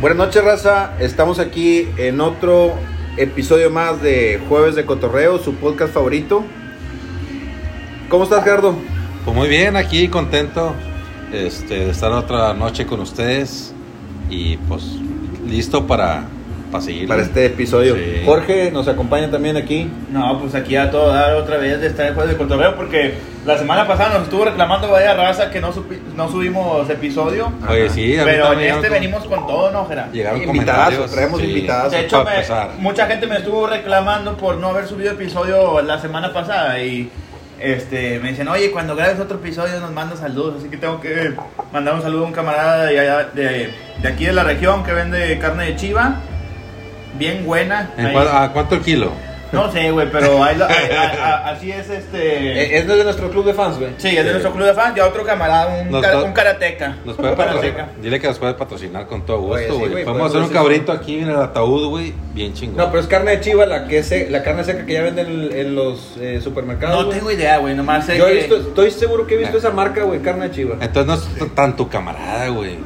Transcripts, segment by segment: Buenas noches, raza. Estamos aquí en otro episodio más de Jueves de Cotorreo, su podcast favorito. ¿Cómo estás, Gerardo? Pues muy bien, aquí contento este, de estar otra noche con ustedes y pues listo para, para seguir. Para este episodio. Sí. Jorge nos acompaña también aquí. No, pues aquí a todo dar otra vez de estar en Jueves de Cotorreo porque la semana pasada nos estuvo reclamando vaya raza que no, supi- no subimos episodio. Oye, Ajá. sí, a mí Pero en también este con- venimos con todo, ¿no, Gerard? Llegaron Invitadazo, comentarios. traemos invitadazo. De hecho, para me- empezar. mucha gente me estuvo reclamando por no haber subido episodio la semana pasada y este, me dicen, oye, cuando grabes otro episodio nos mandas saludos, así que tengo que mandar un saludo a un camarada de, allá- de- de aquí de la región que vende carne de chiva, bien buena. ¿En Ahí- cuál- ¿A cuánto el kilo? No sé, güey, pero ahí lo- ahí- a- a- así es este... Eh, Es de nuestro club de fans, güey. Sí, es de nuestro club de fans, ya otro camarada, un, Nos ca- da- un karateca. Nos puede Un patrocinar. Dile que nos puede patrocinar con todo Oye, sí, gusto, güey. güey, Podemos hacer un podemos hacer- cabrito aquí en el ataúd, güey. Bien chingón. No, pero es carne de chiva, la, que es se- la carne seca que ya venden en, en los eh, supermercados. No güey. tengo idea, Ah. güey, nomás sé Yo he que- visto, estoy seguro que he visto esa marca, güey, carne de chiva. Entonces no es t- tan tu camarada, güey.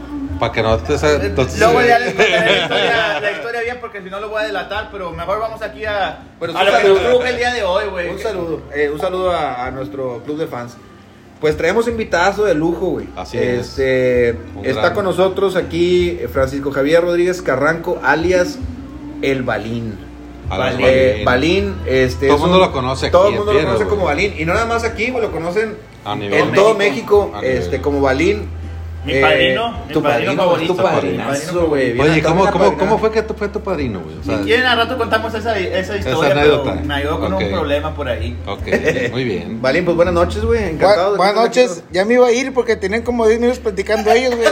Para que no te... sa- Entonces, eh, Luego ya les contaré la historia, la historia bien porque si no lo voy a delatar, pero mejor vamos aquí a, Pero a un lo que saludo. nos truje el día de hoy, güey. Un saludo, eh, un saludo a, a nuestro club de fans. Pues traemos invitadazo de lujo, güey. Así es. este, Un Está gran- con nosotros aquí eh, Francisco Javier Rodríguez Carranco, alias El Balín. A las Balín. Eh, Balín. Balín, este. Todo es el mundo lo conoce Todo aquí el en mundo lo Piedras, conoce güey. como Balín. Y no nada más aquí, güey, lo conocen A nivel en todo México. México, A nivel. este, como Balín. Eh, Mi padrino, mi tu padrino padrino, favorito. es tu padrinazo, güey. bien Oye, acá, ¿cómo, bien cómo, apadrinado. ¿cómo fue que tu- fue tu padrino, güey? O Si sea, quieren, al rato contamos esa, esa historia, anécdota. pero me ayudó con Ok. un problema por ahí. Ok, muy bien. Balín, pues buenas noches, güey. Encantado. de Bu- Buenas tenerte aquí noches, ya me iba a ir porque tenían como 10 minutos platicando ellos, güey.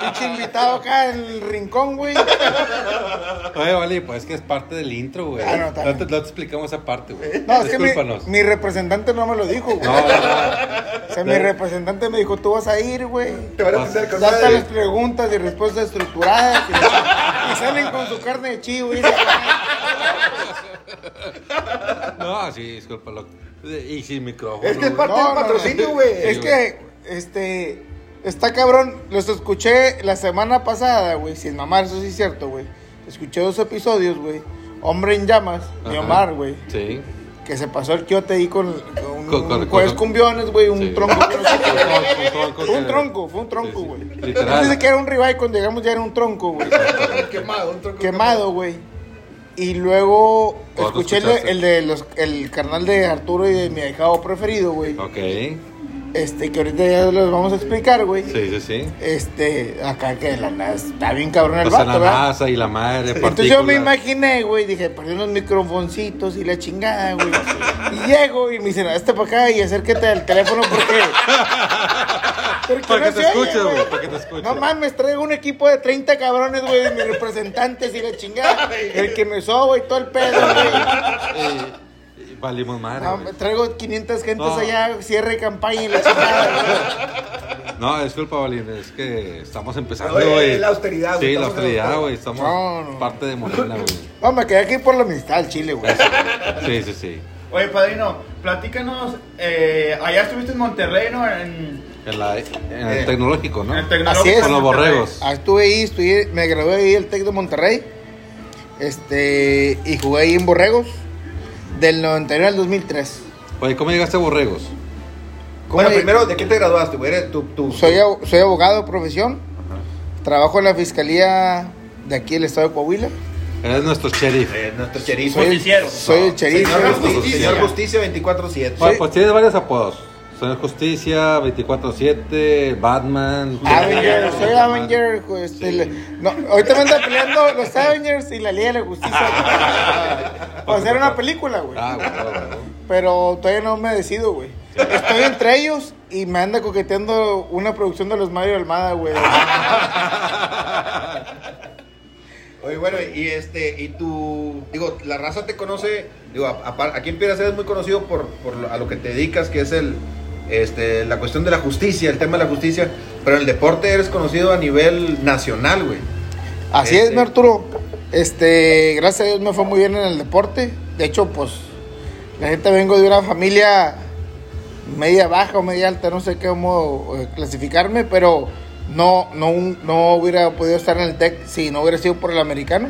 Pinche invitado acá en el rincón, güey. Oye, vale, pues es que es parte del intro, güey. Ah, no, no, te, también. no te explicamos esa parte, güey. No, es que mi, Discúlpanos. mi representante no me lo dijo, güey. No, no, no. O sea, mi representante me dijo, tú vas a ir, güey. Te van a pensar con Date madre. las preguntas y respuestas estructuradas. Y, y salen con su carne de chivo. Y No, sí, discúlpalo. Y sin micrófono. Es que es güey. parte del patrocinio, güey. Es que, este, está cabrón. Los escuché la semana pasada, güey, sin mamar, eso sí es cierto, güey. Escuché dos episodios, güey. Hombre en llamas, de Ajá. Omar, güey. Sí. Que se pasó el quiote ahí con, con un, Con- con- un juez con- cumbiones, güey, un Sí. tronco. que no sé qué. Con- con- Fue un con- tronco, fue un tronco, Sí, sí. güey. Literal. Yo pensé que era un ribeye cuando llegamos ya era un tronco, güey. Quemado, un tronco Quemado, güey. Y luego ¿Cuál escuché el, escuchaste? de- el de los, el carnal de Arturo y de mi ahijado preferido, güey. Ok. Este, que ahorita ya los vamos a explicar, güey. Sí, sí, sí. Este, acá que de la nada está bien cabrón el O sea, vato, la ¿verdad? masa y la madre. Entonces yo me partículas. imaginé, güey, dije, perdí unos microfoncitos y la chingada, güey. Y llego y me dicen, hazte para acá y acércate al teléfono porque... porque Para que no te se oye, escuche, güey. güey. Para que te escuche. No mames, traigo un equipo de 30 cabrones, güey, de mis representantes y la chingada. El que me soba y todo el pedo, güey. Eh, eh, valimos madre. No, güey. traigo 500 gentes No. allá, cierre campaña y la chingada, güey. No, disculpa, Valín, es que estamos empezando, Oye, güey. la austeridad, güey, Sí, estamos en la la austeridad, austeridad. güey. Estamos No, no. parte de Morena, güey. No, me quedé aquí por la amistad al chile, güey. Sí, sí, sí. Oye, padrino, platícanos, eh, allá estuviste en Monterrey, ¿no? En, En, la- en Eh, el tecnológico, ¿no? en el tecnológico. Así es. de Con los Monterrey. borregos. Ah, estuve ahí, estudié, me gradué ahí del TEC de Monterrey. Este, y jugué ahí en Borregos del 91 al 2003. Oye, ¿cómo llegaste a Borregos? ¿Cómo Bueno, le- primero, ¿de qué te graduaste, güey? Eres tu, tu- Soy, abo- soy abogado de profesión. Trabajo en la fiscalía de aquí del estado de Coahuila. Eres nuestro sheriff. eh, nuestro sheriff. Soy Justiciero. el, soy el sheriff. Señor Nuestro Justicia, justicia. señor Justicia 24-7. Oye, pues tienes varios apodos. Son Justicia, 24-7, Batman. Ah, Avenger, soy Superman. Avenger. pues, Sí. el- no, ahorita me anda peleando los Avengers y la Liga de la Justicia. Para hacer una película, güey. Ah, güey, güey, güey. Pero todavía no me decido, güey. Estoy entre ellos y me anda coqueteando una producción de los Mario Almada, güey. Oye, bueno, y este, y tú, digo, la raza te conoce, digo, a- apar- aquí en Piedras eres muy conocido por, por lo- a lo que te dedicas, que es el, este, la cuestión de la justicia, el tema de la justicia, pero en el deporte eres conocido a nivel nacional, güey. Así es, Este. mi Arturo. Este, gracias a Dios me fue muy bien en el deporte. De hecho, pues, la gente vengo de una familia media baja o media alta, no sé cómo eh, clasificarme, pero no, no, un- no hubiera podido estar en el TEC si no hubiera sido por el americano.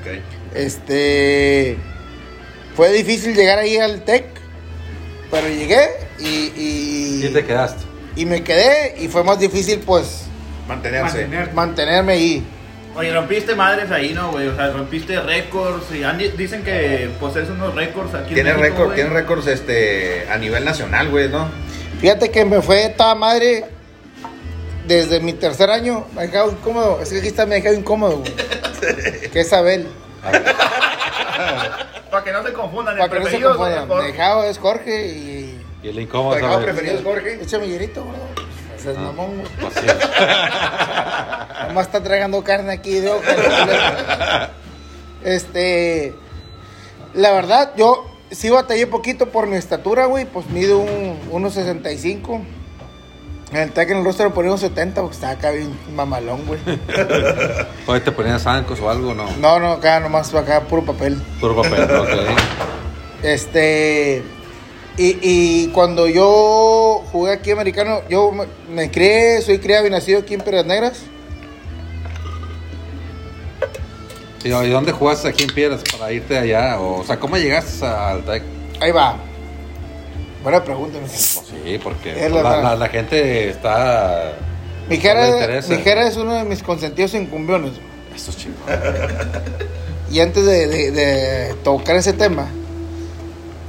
Ok. Este. Fue difícil llegar ahí al TEC, pero llegué y, y, Y te quedaste. y me quedé y fue más difícil, pues, Mantenerse. Mantener. mantenerme ahí. Oye, rompiste madres ahí, ¿no, güey? O sea, rompiste récords y han- dicen que posees unos récords aquí Tiene en México, récord, güey. tiene récords este a nivel nacional, güey, ¿no? Fíjate que me fue toda madre desde mi tercer año. Me dejaba incómodo. Es que aquí está, me dejaba incómodo, güey. Que es Abel. Para que no se confundan, Para el que no se preferido güey, confundan. por- Me dejaba es Jorge y. Y el Tu incómodo. dejado ¿sabes? preferido es Jorge. Échame hierito, güey. Seas mamón, güey. Pues sí. Nomás está tragando carne aquí de ojo. Este. La verdad, yo sí batallé poquito por mi estatura, güey. Pues mido un 1.65. En el tag en el rostro le ponía un 70 porque estaba acá bien mamalón, güey. Oye, te ponían zancos o algo, ¿no? No, no, acá nomás, acá puro papel. Puro papel, ok. Este. Y, y cuando yo jugué aquí americano, yo me, me crié, soy criado y nacido aquí en Piedras Negras. ¿Y y dónde jugaste aquí en Piedras para irte allá? O, sea, ¿cómo llegaste al TEC? Ahí va. Buena pregunta. ¿no? Pues sí, porque Es la, la- la- la gente está... Mijera, No me interesa. Mijera es uno de mis consentidos en cumbiones. Esto es chido. Y antes de, de- de tocar ese tema,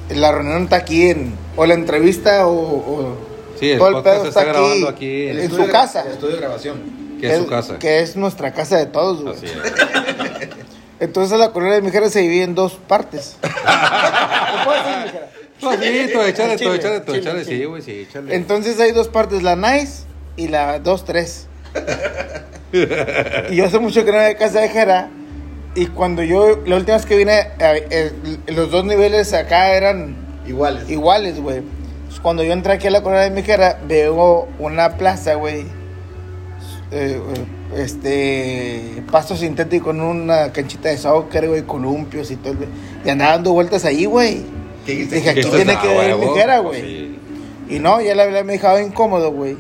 la reunión está aquí en. O la entrevista o. o- Sí, el todo el podcast pedo se está, está grabando aquí en- en, Estudio su de- casa. Estudio de grabación. Que es su casa. Que es nuestra casa de todos, güey. Así es. Entonces la colonia de Mijera se divide en dos partes. ¿Lo puedo decir, Mijera? Pues sí, tú échale, tú Chile, échale, tú chile, échale. chile. Sí, güey, sí, échale. Entonces hay dos partes, la nice y la 2-3. y yo hace mucho que no voy a casa de Jera. Y cuando yo, la última vez que vine, eh, eh, los dos niveles acá eran Iguales. iguales, güey. Entonces, Cuando yo entré aquí a la corona de Mijera, veo una plaza, güey. eh, eh, este pasto sintético en una canchita de soccer, güey, columpios y todo. el- Y andaba dando vueltas ahí, güey. ¿Qué dijiste? Dije, aquí Esto tiene Este está que ver huevo, Mijera, pues güey. sí. Y no, ya la verdad me dejaba incómodo, güey.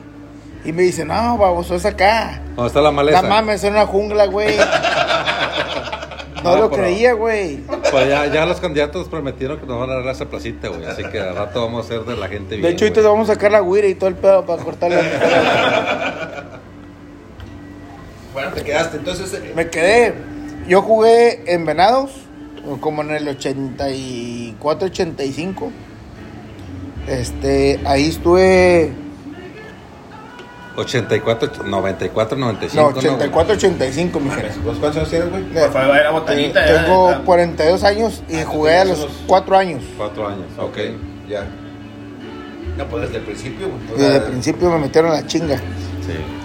Y me dice, no, vamos, es acá. ¿Dónde está la maleza? La mames, es una jungla, güey. No No, lo pero- creía, güey. Pues ya, ya los candidatos prometieron que nos van a dar esa placita, güey. Así que al rato vamos a ser de la gente bien. De hecho, ahorita güey. vamos a sacar la guira y todo el pedo para cortar la... Bueno, te quedaste. Entonces, eh, me quedé. Yo jugué en Venados, como en el 84, 85. Este, ahí estuve... 84, 94, 95. No, güey? 84, 85, mi jefe. Eh, ¿vos cuántos años tienes, güey? Por favor, era botanita. era- Tengo era- 42 años y Ah, tú jugué a tenías los unos- 4 años. Cuatro años, ok. Ya. No, pues desde el principio, güey. O Desde sea, el principio me metieron la chinga. Sí.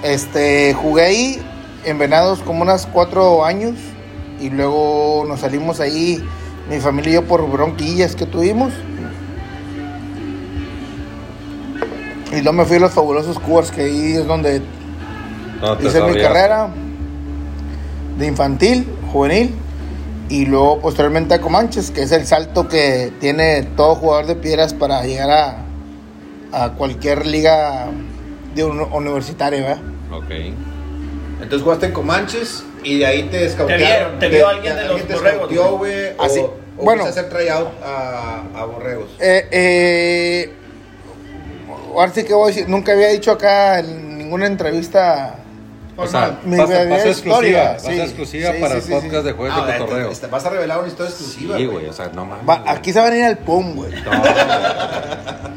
Este, jugué ahí en Venados como unas cuatro años y luego nos salimos ahí, mi familia y yo, por bronquillas que tuvimos. Y luego me fui a los fabulosos Cubas, que ahí es donde No, te hice mi sabrías. carrera de infantil, juvenil. Y luego posteriormente a Comanches, que es el salto que tiene todo jugador de piedras para llegar a, a cualquier liga de un- universitaria, ¿verdad? Ok. Entonces jugaste en Comanches y de ahí te vieron, escautearon. te vio alguien de los te borregos, escauteó, güey. o- Así- O, bueno. fuiste a hacer tryout a, a borregos. Eh, eh, ahora sí que voy a decir, nunca había dicho acá en ninguna entrevista. O sea, Mi pasa, verdadera pasa historia, exclusiva, sí. pasa exclusiva Sí, para sí, el sí, podcast sí. de Jueves Ah, de güey, Cotorreo. te- te vas a revelar una historia exclusiva, Sí, güey, o sea, no mames. Va- güey. aquí se van a ir al PUM, güey. No, güey.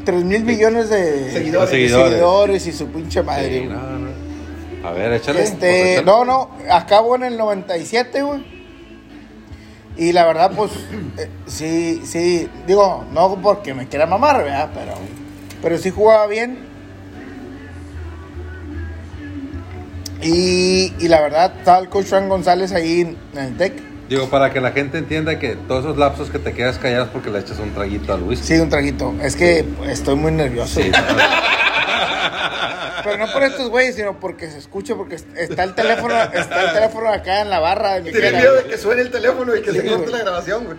3 mil millones de Seguidores. de Seguidores. seguidores y su pinche madre. Sí, güey. no, no. A ver, échale. pues, Este, échale. no, no, acabo en el 97, güey. Y la verdad, pues, eh, sí, sí, digo, no porque me quiera mamar, ¿verdad? Pero, pero sí jugaba bien. Y, y la verdad, tal coach Juan González ahí en el TEC. Digo, para que la gente entienda que todos esos lapsos que te quedas callados porque le echas un traguito a Luis. Sí, un traguito. Es que estoy muy nervioso. Sí. Pero no por estos güeyes, sino porque se escucha, porque está el teléfono, está el teléfono acá en la barra de mi Tienes cara, miedo güey. de que suene el teléfono y que Sí, se corte güey. la grabación, güey.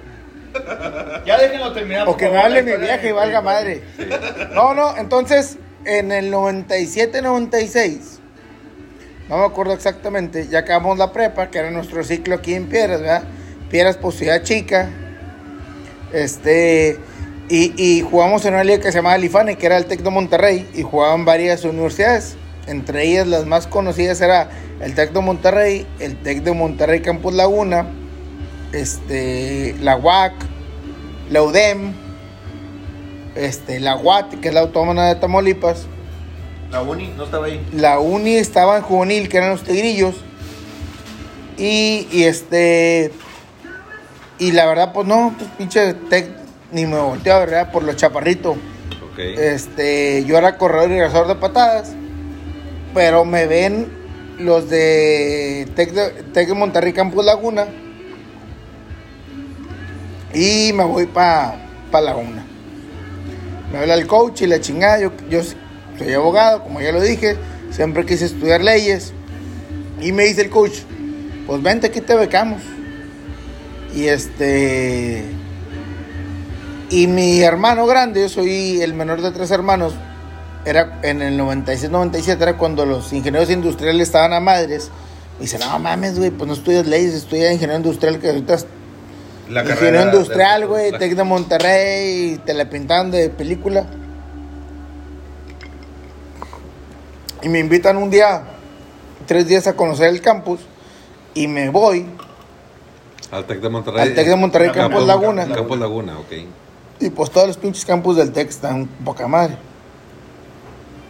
Ya déjenlo terminar. O por que me favor, la hable mi historia viaje y de- valga madre. No, no, entonces en el 97, 96 no me acuerdo exactamente, ya acabamos la prepa, que era nuestro ciclo aquí en Piedras, ¿verdad? Piedras por Ciudad Chica. Este, y, y jugamos en una liga que se llamaba Lifane, que era el Tec de Monterrey, y jugaban varias universidades. Entre ellas las más conocidas era el Tec de Monterrey, el Tec de Monterrey Campus Laguna, este, la UAC, la UDEM, este, la UAT, que es la Autónoma de Tamaulipas, La uni no estaba ahí. la uni estaba en juvenil, que eran los tigrillos. Y, y este. Y la verdad, pues no, pues pinche tec ni me volteaba, ¿verdad? Por los chaparritos. Ok. Este, yo era corredor y regresador de patadas. Pero me ven los de Tec de, Tec de Monterrey Campus Laguna. Y me voy para pa Laguna. Me habla el coach y la chingada. Yo, yo soy abogado, como ya lo dije. Siempre quise estudiar leyes. Y me dice el coach, pues vente, aquí te becamos. Y este... Y mi hermano grande, yo soy el menor de tres hermanos, era en el 96-97, era cuando los ingenieros industriales estaban a madres. Y dice, no mames, güey, pues no estudias leyes, estudia ingeniero industrial, que ahorita es La ingeniero carrera. industrial, güey, la- Tec de Monterrey, te la pintaron de película. Y me invitan un día, tres días a conocer el campus, y me voy Al Tec de Monterrey. al Tec de Monterrey, Ah, Campos Campos- Laguna. Campos Laguna, ok. Y pues todos los pinches campus del Tex están poca madre.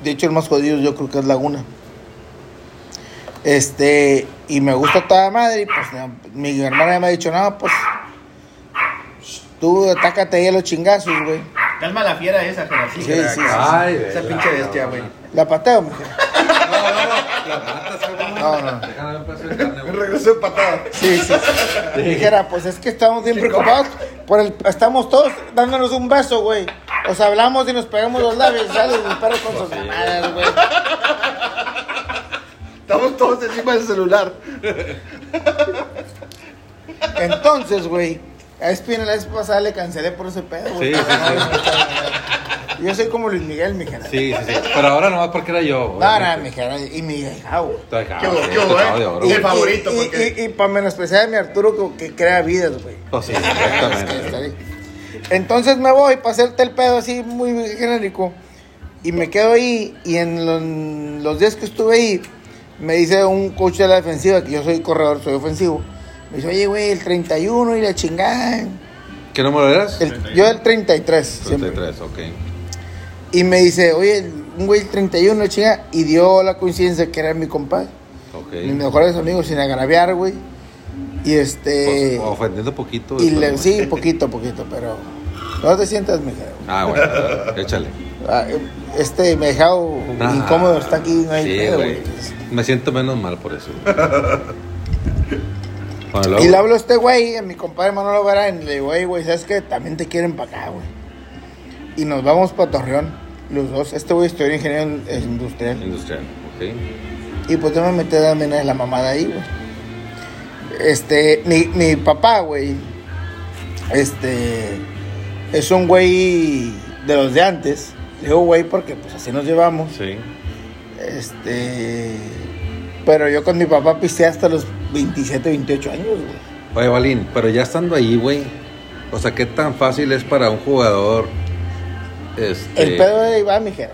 De hecho, el más jodido yo creo que es Laguna. Este, y me gusta toda madre. Y pues no, mi hermana me ha dicho, no, pues tú atácate ahí a los chingazos, güey. Calma la fiera esa, pero así. Sí, sí, sí. Ay, Esa vela, pinche bestia, güey. cabrón. La pateo, mujer. No, no. Déjame un pedazo de carne, Un güey. regreso de patada. Sí, sí, sí. Dijera, pues es que estamos bien preocupados. Por el, estamos todos dándonos un beso, güey. Os hablamos y nos pegamos los labios, ¿sabes? Mi perro con sus mamadas, güey. Estamos todos encima del celular. Entonces, güey, a Espina la vez pasada le cancelé por ese pedo, güey. Sí, sí, sí. Yo soy como Luis Miguel, mi general. Sí, sí, sí. Pero ahora nomás porque era yo. No, no, mi general. Y mi hija, güey. Te acabo, Qué hubo, sí, qué hubo, te acabo eh. de oro, Y- güey. el favorito, y- porque- y- y para menospreciar a mi Arturo que, que crea vidas, güey. Pues sí, Es que está exactamente. bien. Entonces me voy para hacerte el pedo así muy genérico. Y me quedo ahí. Y en lo- los días que estuve ahí, me dice un coach de la defensiva, que yo soy corredor, soy ofensivo. Me dice, oye, güey, el 31 y la chingada. ¿Qué número eras? El- yo el 33, siempre. 33, ok. Y me dice, oye, el- un güey el 31, chinga. Y dio la coincidencia que era mi compadre. Ok. Mis mejores amigos sin agraviar, güey. Y este... Pues, ofendiendo poquito. y pero le, bueno. sí, poquito, poquito, pero... No te sientas, mija. Ah, bueno, échale. Ah, Este me dejado Nah. incómodo está aquí, no hay Sí, pedo, güey. güey. Pues, Me siento menos mal por eso. güey. Bueno, luego- Y le hablo a este güey, a mi compadre Manolo Verán, y le digo, "Ey, güey, ¿sabes qué? También te quieren para acá, güey. Y nos vamos para Torreón, los dos. Este güey estudió ingeniero en- en industrial. Industrial, ok. Y pues yo me metí también en la mamada ahí, güey. Este, mi, mi papá, güey, este, es un güey de los de antes. Le digo güey porque pues así nos llevamos. Sí. Este, pero yo con mi papá pisé hasta los 27, 28 años, güey. Oye, Valín, pero ya estando ahí, güey. O sea, ¿qué tan fácil es para un jugador este, El pedo de ahí va, mi jera.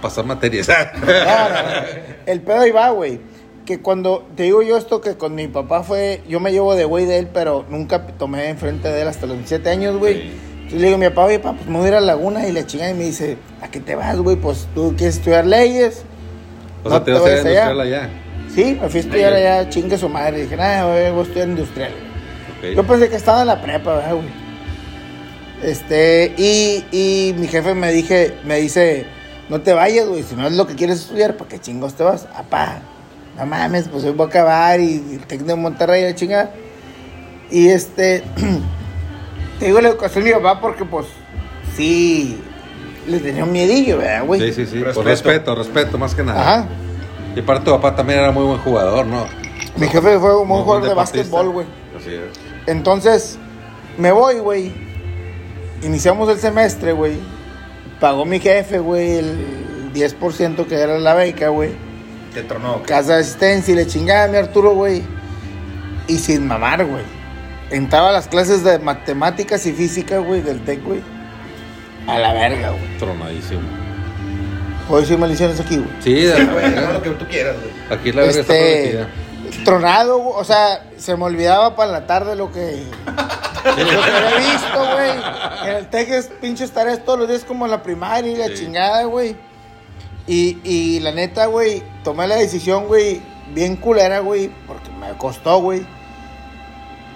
pasar materias? No, no, no. El pedo ahí va, güey. Que cuando te digo yo esto, que con mi papá fue. Yo me llevo de güey de él, pero nunca tomé enfrente de él hasta los 27 años, güey. Sí. Entonces le digo a mi papá, oye, papá, pues me voy a ir a Laguna y la chingada. Y me dice, ¿a qué te vas, güey? Pues tú quieres estudiar leyes. O sea, No te te vas a ir vayas a allá. industrial allá. Sí, me fui a estudiar allá, chingue su madre. Y dije, nada, güey, voy a estudiar industrial. Ok. Yo pensé que estaba en la prepa, ¿verdad, güey. Este, y, y mi jefe me dije, me dice, no te vayas, güey, si no es lo que quieres estudiar, ¿para qué chingos te vas? Apá, no mames, pues hoy voy a acabar y el Tec de Monterrey, la chingada. Y este, te digo la educación de mi papá porque, pues, sí, le tenía un miedillo, ¿verdad, güey? Sí, sí, sí. Por Respeto. respeto, respeto, más que nada. Ajá. Y aparte, tu papá también era muy buen jugador, ¿no? Mi jefe fue un Muy buen jugador de deportista. básquetbol, güey. Así es. Entonces, me voy, güey. Iniciamos el semestre, güey. Pagó mi jefe, güey, el 10% que era la beca, güey. Te tronó. ¿qué? Casa de asistencia y le chingaba a mi Arturo, güey. Y sin mamar, güey. Entraba a las clases de matemáticas y física, güey, del TEC, güey. A la verga, güey. Tronadísimo. Hoy soy maldiciones aquí, güey. Sí, de la A ver, haz lo verga. que tú quieras, güey. Aquí la verga este, está prometida. tronado, güey, o sea, se me olvidaba para la tarde lo que, lo que había visto, güey. En el TEC es pinches tareas todos los días como en la primaria y la Sí. chingada, güey. Y, y la neta, güey, tomé la decisión, güey, bien culera, güey, porque me costó, güey.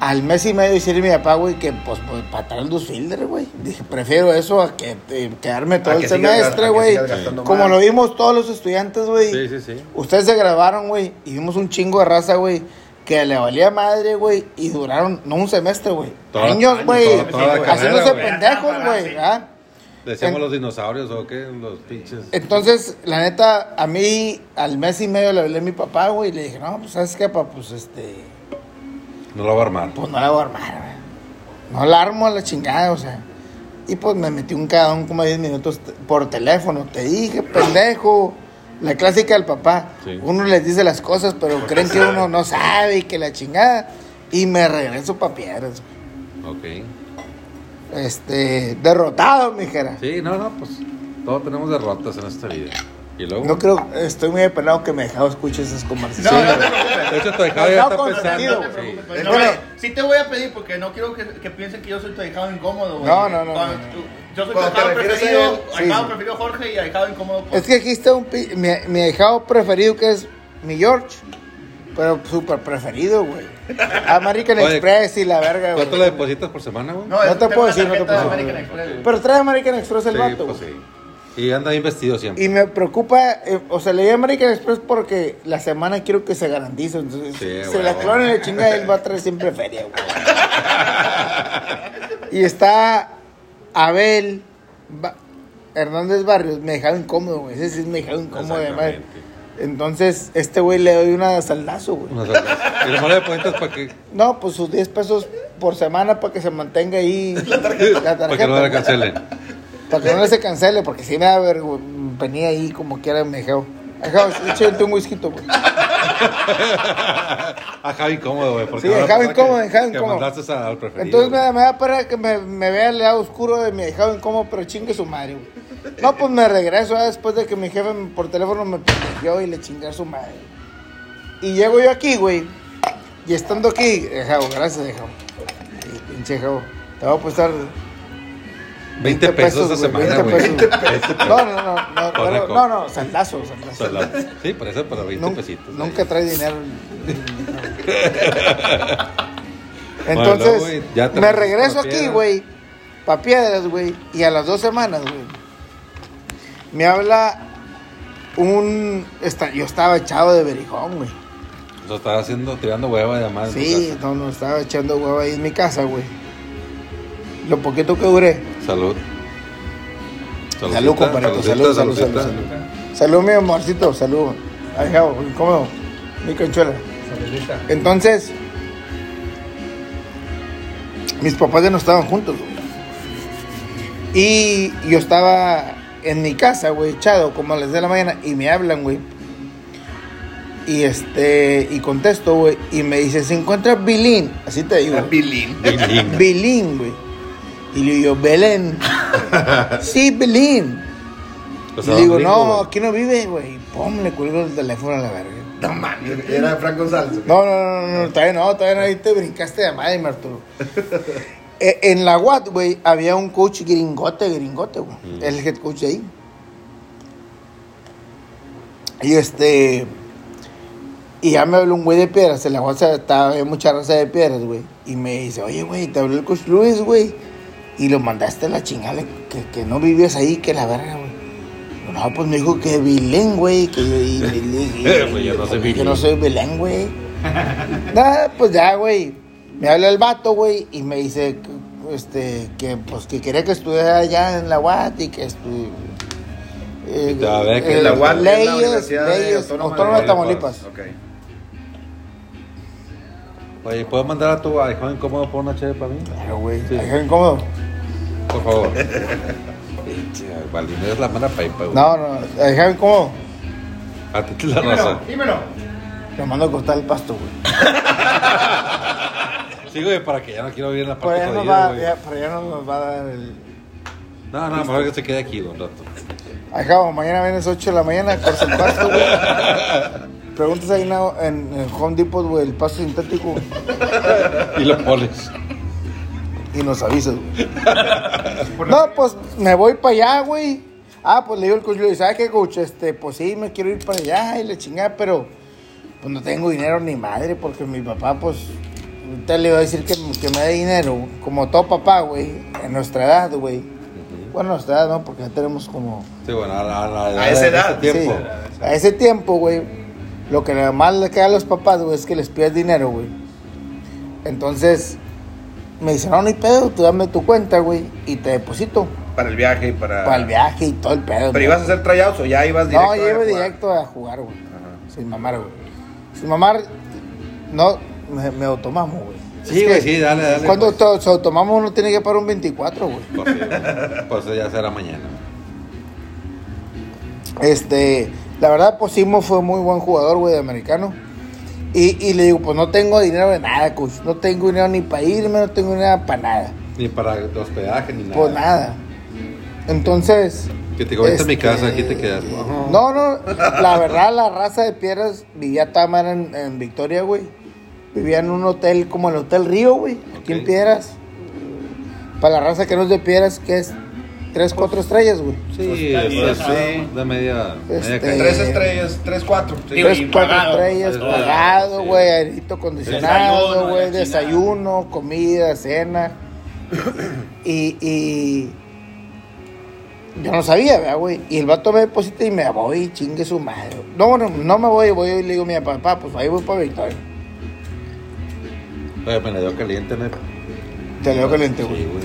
Al mes y medio decirle a mi papá, güey, que pues, pues para atrás dos filters, güey. Dije, prefiero eso a que eh, quedarme todo A el que sigas- a semestre, que güey. sigas gastando Como más. lo vimos todos los estudiantes, güey. Sí, sí, sí. Ustedes se grabaron, güey, y vimos un chingo de raza, güey, que le valía madre, güey, y duraron, no un semestre, güey, Todo- años, años, güey, todo- toda la haciéndose carrera, güey. pendejos, güey, Sí. ¿ah? Decíamos En- Eh, los dinosaurios o qué, los pinches. Entonces, la neta, a mí, al mes y medio le hablé a mi papá, güey, y le dije, no, pues, ¿sabes qué, papá? Pues, este, No lo va a armar. pues, no la voy a armar, güey. No la armo a la chingada, o sea. Y, pues, me metí un cadón como 10 minutos t- por teléfono. Te dije, pendejo. La clásica del papá. Sí. Uno les dice las cosas, pero creen que uno no sabe y que la chingada. Y me regreso pa' piedras. Ok. Este, derrotado, mi jera. Sí, no, no, pues todos tenemos derrotas en esta vida. Y luego. No creo, estoy muy apenado que me dejado escuchar esas No, conversaciones. no, no, De hecho, tu dejado ya No, está con pensando. sentido, sí. Pues Es no, que güey, no. sí te voy a pedir porque no quiero que, que piensen que yo soy tu ahijado incómodo, güey. No, no, no, Cuando no, no. tú- Yo soy tu Cuando te ahijado refieres a preferido, él, sí, ahijado sí. preferido Jorge y ahijado incómodo. pues, Es que aquí está un pi- mi, mi ahijado preferido que es mi George. Pero súper preferido, güey. American Oye, Express y la verga, ¿Cuánto le güey. depositas por semana, güey? no te tengo puedo la decir, no te tarjeta puedo de decir. American Express, güey. Pero trae American Express el sí, vato. pues güey. sí. Y anda bien vestido siempre. Y me preocupa, eh, o sea, leí American Express porque la semana quiero que se garantice. Entonces, Sí, se güey, la güey. clonan y la chinga, él va a traer siempre feria, güey. y está Abel Ba- Hernández Barrios, me dejaba incómodo, güey. Ese sí me dejaba incómodo, además. Exactamente. Entonces, este güey le doy una saldazo, güey. Unas altas. Y nomás le depositas para que, No, pues sus 10 pesos por semana para que se mantenga ahí la tarjeta. para que no le cancelen. Para que no se cancele, porque si me da vergüenza, venía ahí como quiera, me dejó. Dejó, échate un whisky, güey. A Javi incómodo, güey. porque Sí, no le a Javi pasa que- incómodo, Javi que incómodo. mandaste al preferido. Entonces me, güey. da- me da para que me, me vea el lado oscuro de mi dejado incómodo, pero chingue su madre, güey. No, pues me regreso ah, después de que mi jefe me- por teléfono me protegió y le chingué a su madre. Y llego yo aquí, güey. Y estando aquí, dejado, gracias, dejado. Y pinche dejado. Te voy a apostar 20 pesos esta güey, semana, 20 güey. pesos. No, no, no, no, Por no, récord. no, no, saldazo, saldazo. Son las- Pues Sí, por eso, para 20 Nun- pesitos. ahí. Nunca trae dinero. Bueno, Entonces, güey, ya te me regresas regreso pa' aquí, Piedras. güey, pa' piedras, güey, y a las dos semanas, güey, me habla un... esta- yo estaba echado de berijón, güey. Eso estaba haciendo, tirando hueva y además. Sí, no, no, estaba echando huevo ahí en mi casa, güey. Lo poquito que duré. Salud. Salud, compadrito, salud, salud, salud, salud. Salud, mi amorcito, salud. Ay, jabo, incómodo. Mi conchuela. Entonces, mis papás ya no estaban juntos, güey. Y yo estaba en mi casa, güey, echado, como a las de la mañana, y me hablan, güey. Y este, y contesto, güey, y me dice, ¿se encuentra Bilín? Así te digo. Bilín. Bilín. Bilín, güey. Y le digo, Belén. sí, Belín. Pues, Y ¿a le digo, dónde no, güey? aquí no vive, güey. Y Pum, le cuelgo el teléfono a la verga. No mames. Era Frank González. güey. No, no, no, no, no, todavía no, todavía no, ahí te brincaste de madre, mi Arturo. Eh, en la UAT, güey, había un coach gringote, gringote, güey. Mm. El head coach de ahí. Y este. Y ya me habló un güey de piedras. En la UAT se- estaba, había mucha raza de piedras, güey. Y me dice, oye, güey, te habló el coach Luis, güey. Y lo mandaste a la chingada, que, que no vivías ahí, que la verga, güey. No, pues me dijo que bilén, güey. Que yo, y, y- y- Eh, güey, yo no soy Que no bilingüe. soy bilén, güey. Nada, pues ya, güey. Me habla el vato, güey, y me dice este, que, pues, que quería que estudiara allá en la UAT y que estudiara. te va a ver que La UAT es la leyes, Universidad de leyes, Autónoma de Autónoma de Tamaulipas. Tamaulipas. Ok. Oye, ¿puedo mandar a tu hijo incómodo por una chévere para mí? Claro, güey. Sí. Ay, qué incómodo. Por favor. Pinche, Valdinero es la mala pipa, güey. No, no, ay, ¿saben cómo? A ti la raza. dímelo. Lo mando a cortar el pasto, güey. Sí, güey, para que ya no quiero vivir en la Por parte allá, nos jodida, va, güey. ya, por allá no nos va a dar el. No, no, mejor que se quede aquí un rato. Acá, vamos, mañana vienes 8 de la mañana, corta el pasto, güey. Preguntas ahí en, en el Home Depot, güey, el pasto sintético. Y lo pones. Y nos avisas, güey. No, pues me voy para allá, güey. Ah, pues le digo al coach Luis, ¿sabes qué, coach? Este, pues sí, me quiero ir para allá y le chingada, pero pues no tengo dinero ni madre, porque mi papá, pues, ahorita le iba a decir que, que me dé dinero, como todo papá, güey, en nuestra edad, güey. Bueno, nuestra edad, ¿no? Porque ya tenemos como... Sí, bueno, a, la- la- A esa de edad, este tiempo. Sí, a ese tiempo, güey, lo que nada más le queda a los papás, güey, es que les pidas dinero, güey. Entonces, me dicen, no, no hay pedo, tú dame tu cuenta, güey, y te deposito Para el viaje, y para... para el viaje y todo el pedo. ¿Pero güey. ibas a hacer tryouts o ya ibas directo? No, yo a iba jugar? directo a jugar, güey. Ajá. Sin mamar, güey. Sin mamar, no, me, me automamos, güey. Sí, Es güey, que sí, dale, dale. Cuando pues. to- se automamos uno tiene que pagar un 24, güey. Pues, sí, güey. Pues ya será mañana. Este, la verdad, pues Simo fue muy buen jugador, güey, de americano. Y, y le digo, pues no tengo dinero de nada, coach. No tengo dinero ni para irme, no tengo dinero para nada. Ni para hospedaje, ni nada. Pues nada. Entonces. Que te digo, vente a mi este, casa, aquí te quedas. Ajá. No, no, la verdad, la raza de piedras vivía Tamar en, en Victoria, güey. Vivía en un hotel como el Hotel Río, güey, aquí en Ok. Piedras. Para la raza que no es de piedras, que es 3, 4 estrellas, güey. Sí, Pues, pues, sí. sí. Da media, media Este, calle. Tres estrellas, tres, cuatro. sí. Digo, Tres, y cuatro pagado. estrellas, Pagado, pagado, sí. güey, airito acondicionado, Desayuno, güey, la desayuno, comida, cena. y, y yo no sabía, ¿verdad, güey. Y el vato me deposita y me voy, chingue su madre. No, bueno, no me voy, voy y le digo a mi papá, "Papá, pues ahí voy para Victoria. Oye, pues, me la dio caliente, ¿no? Te leo caliente, güey. Sí, güey.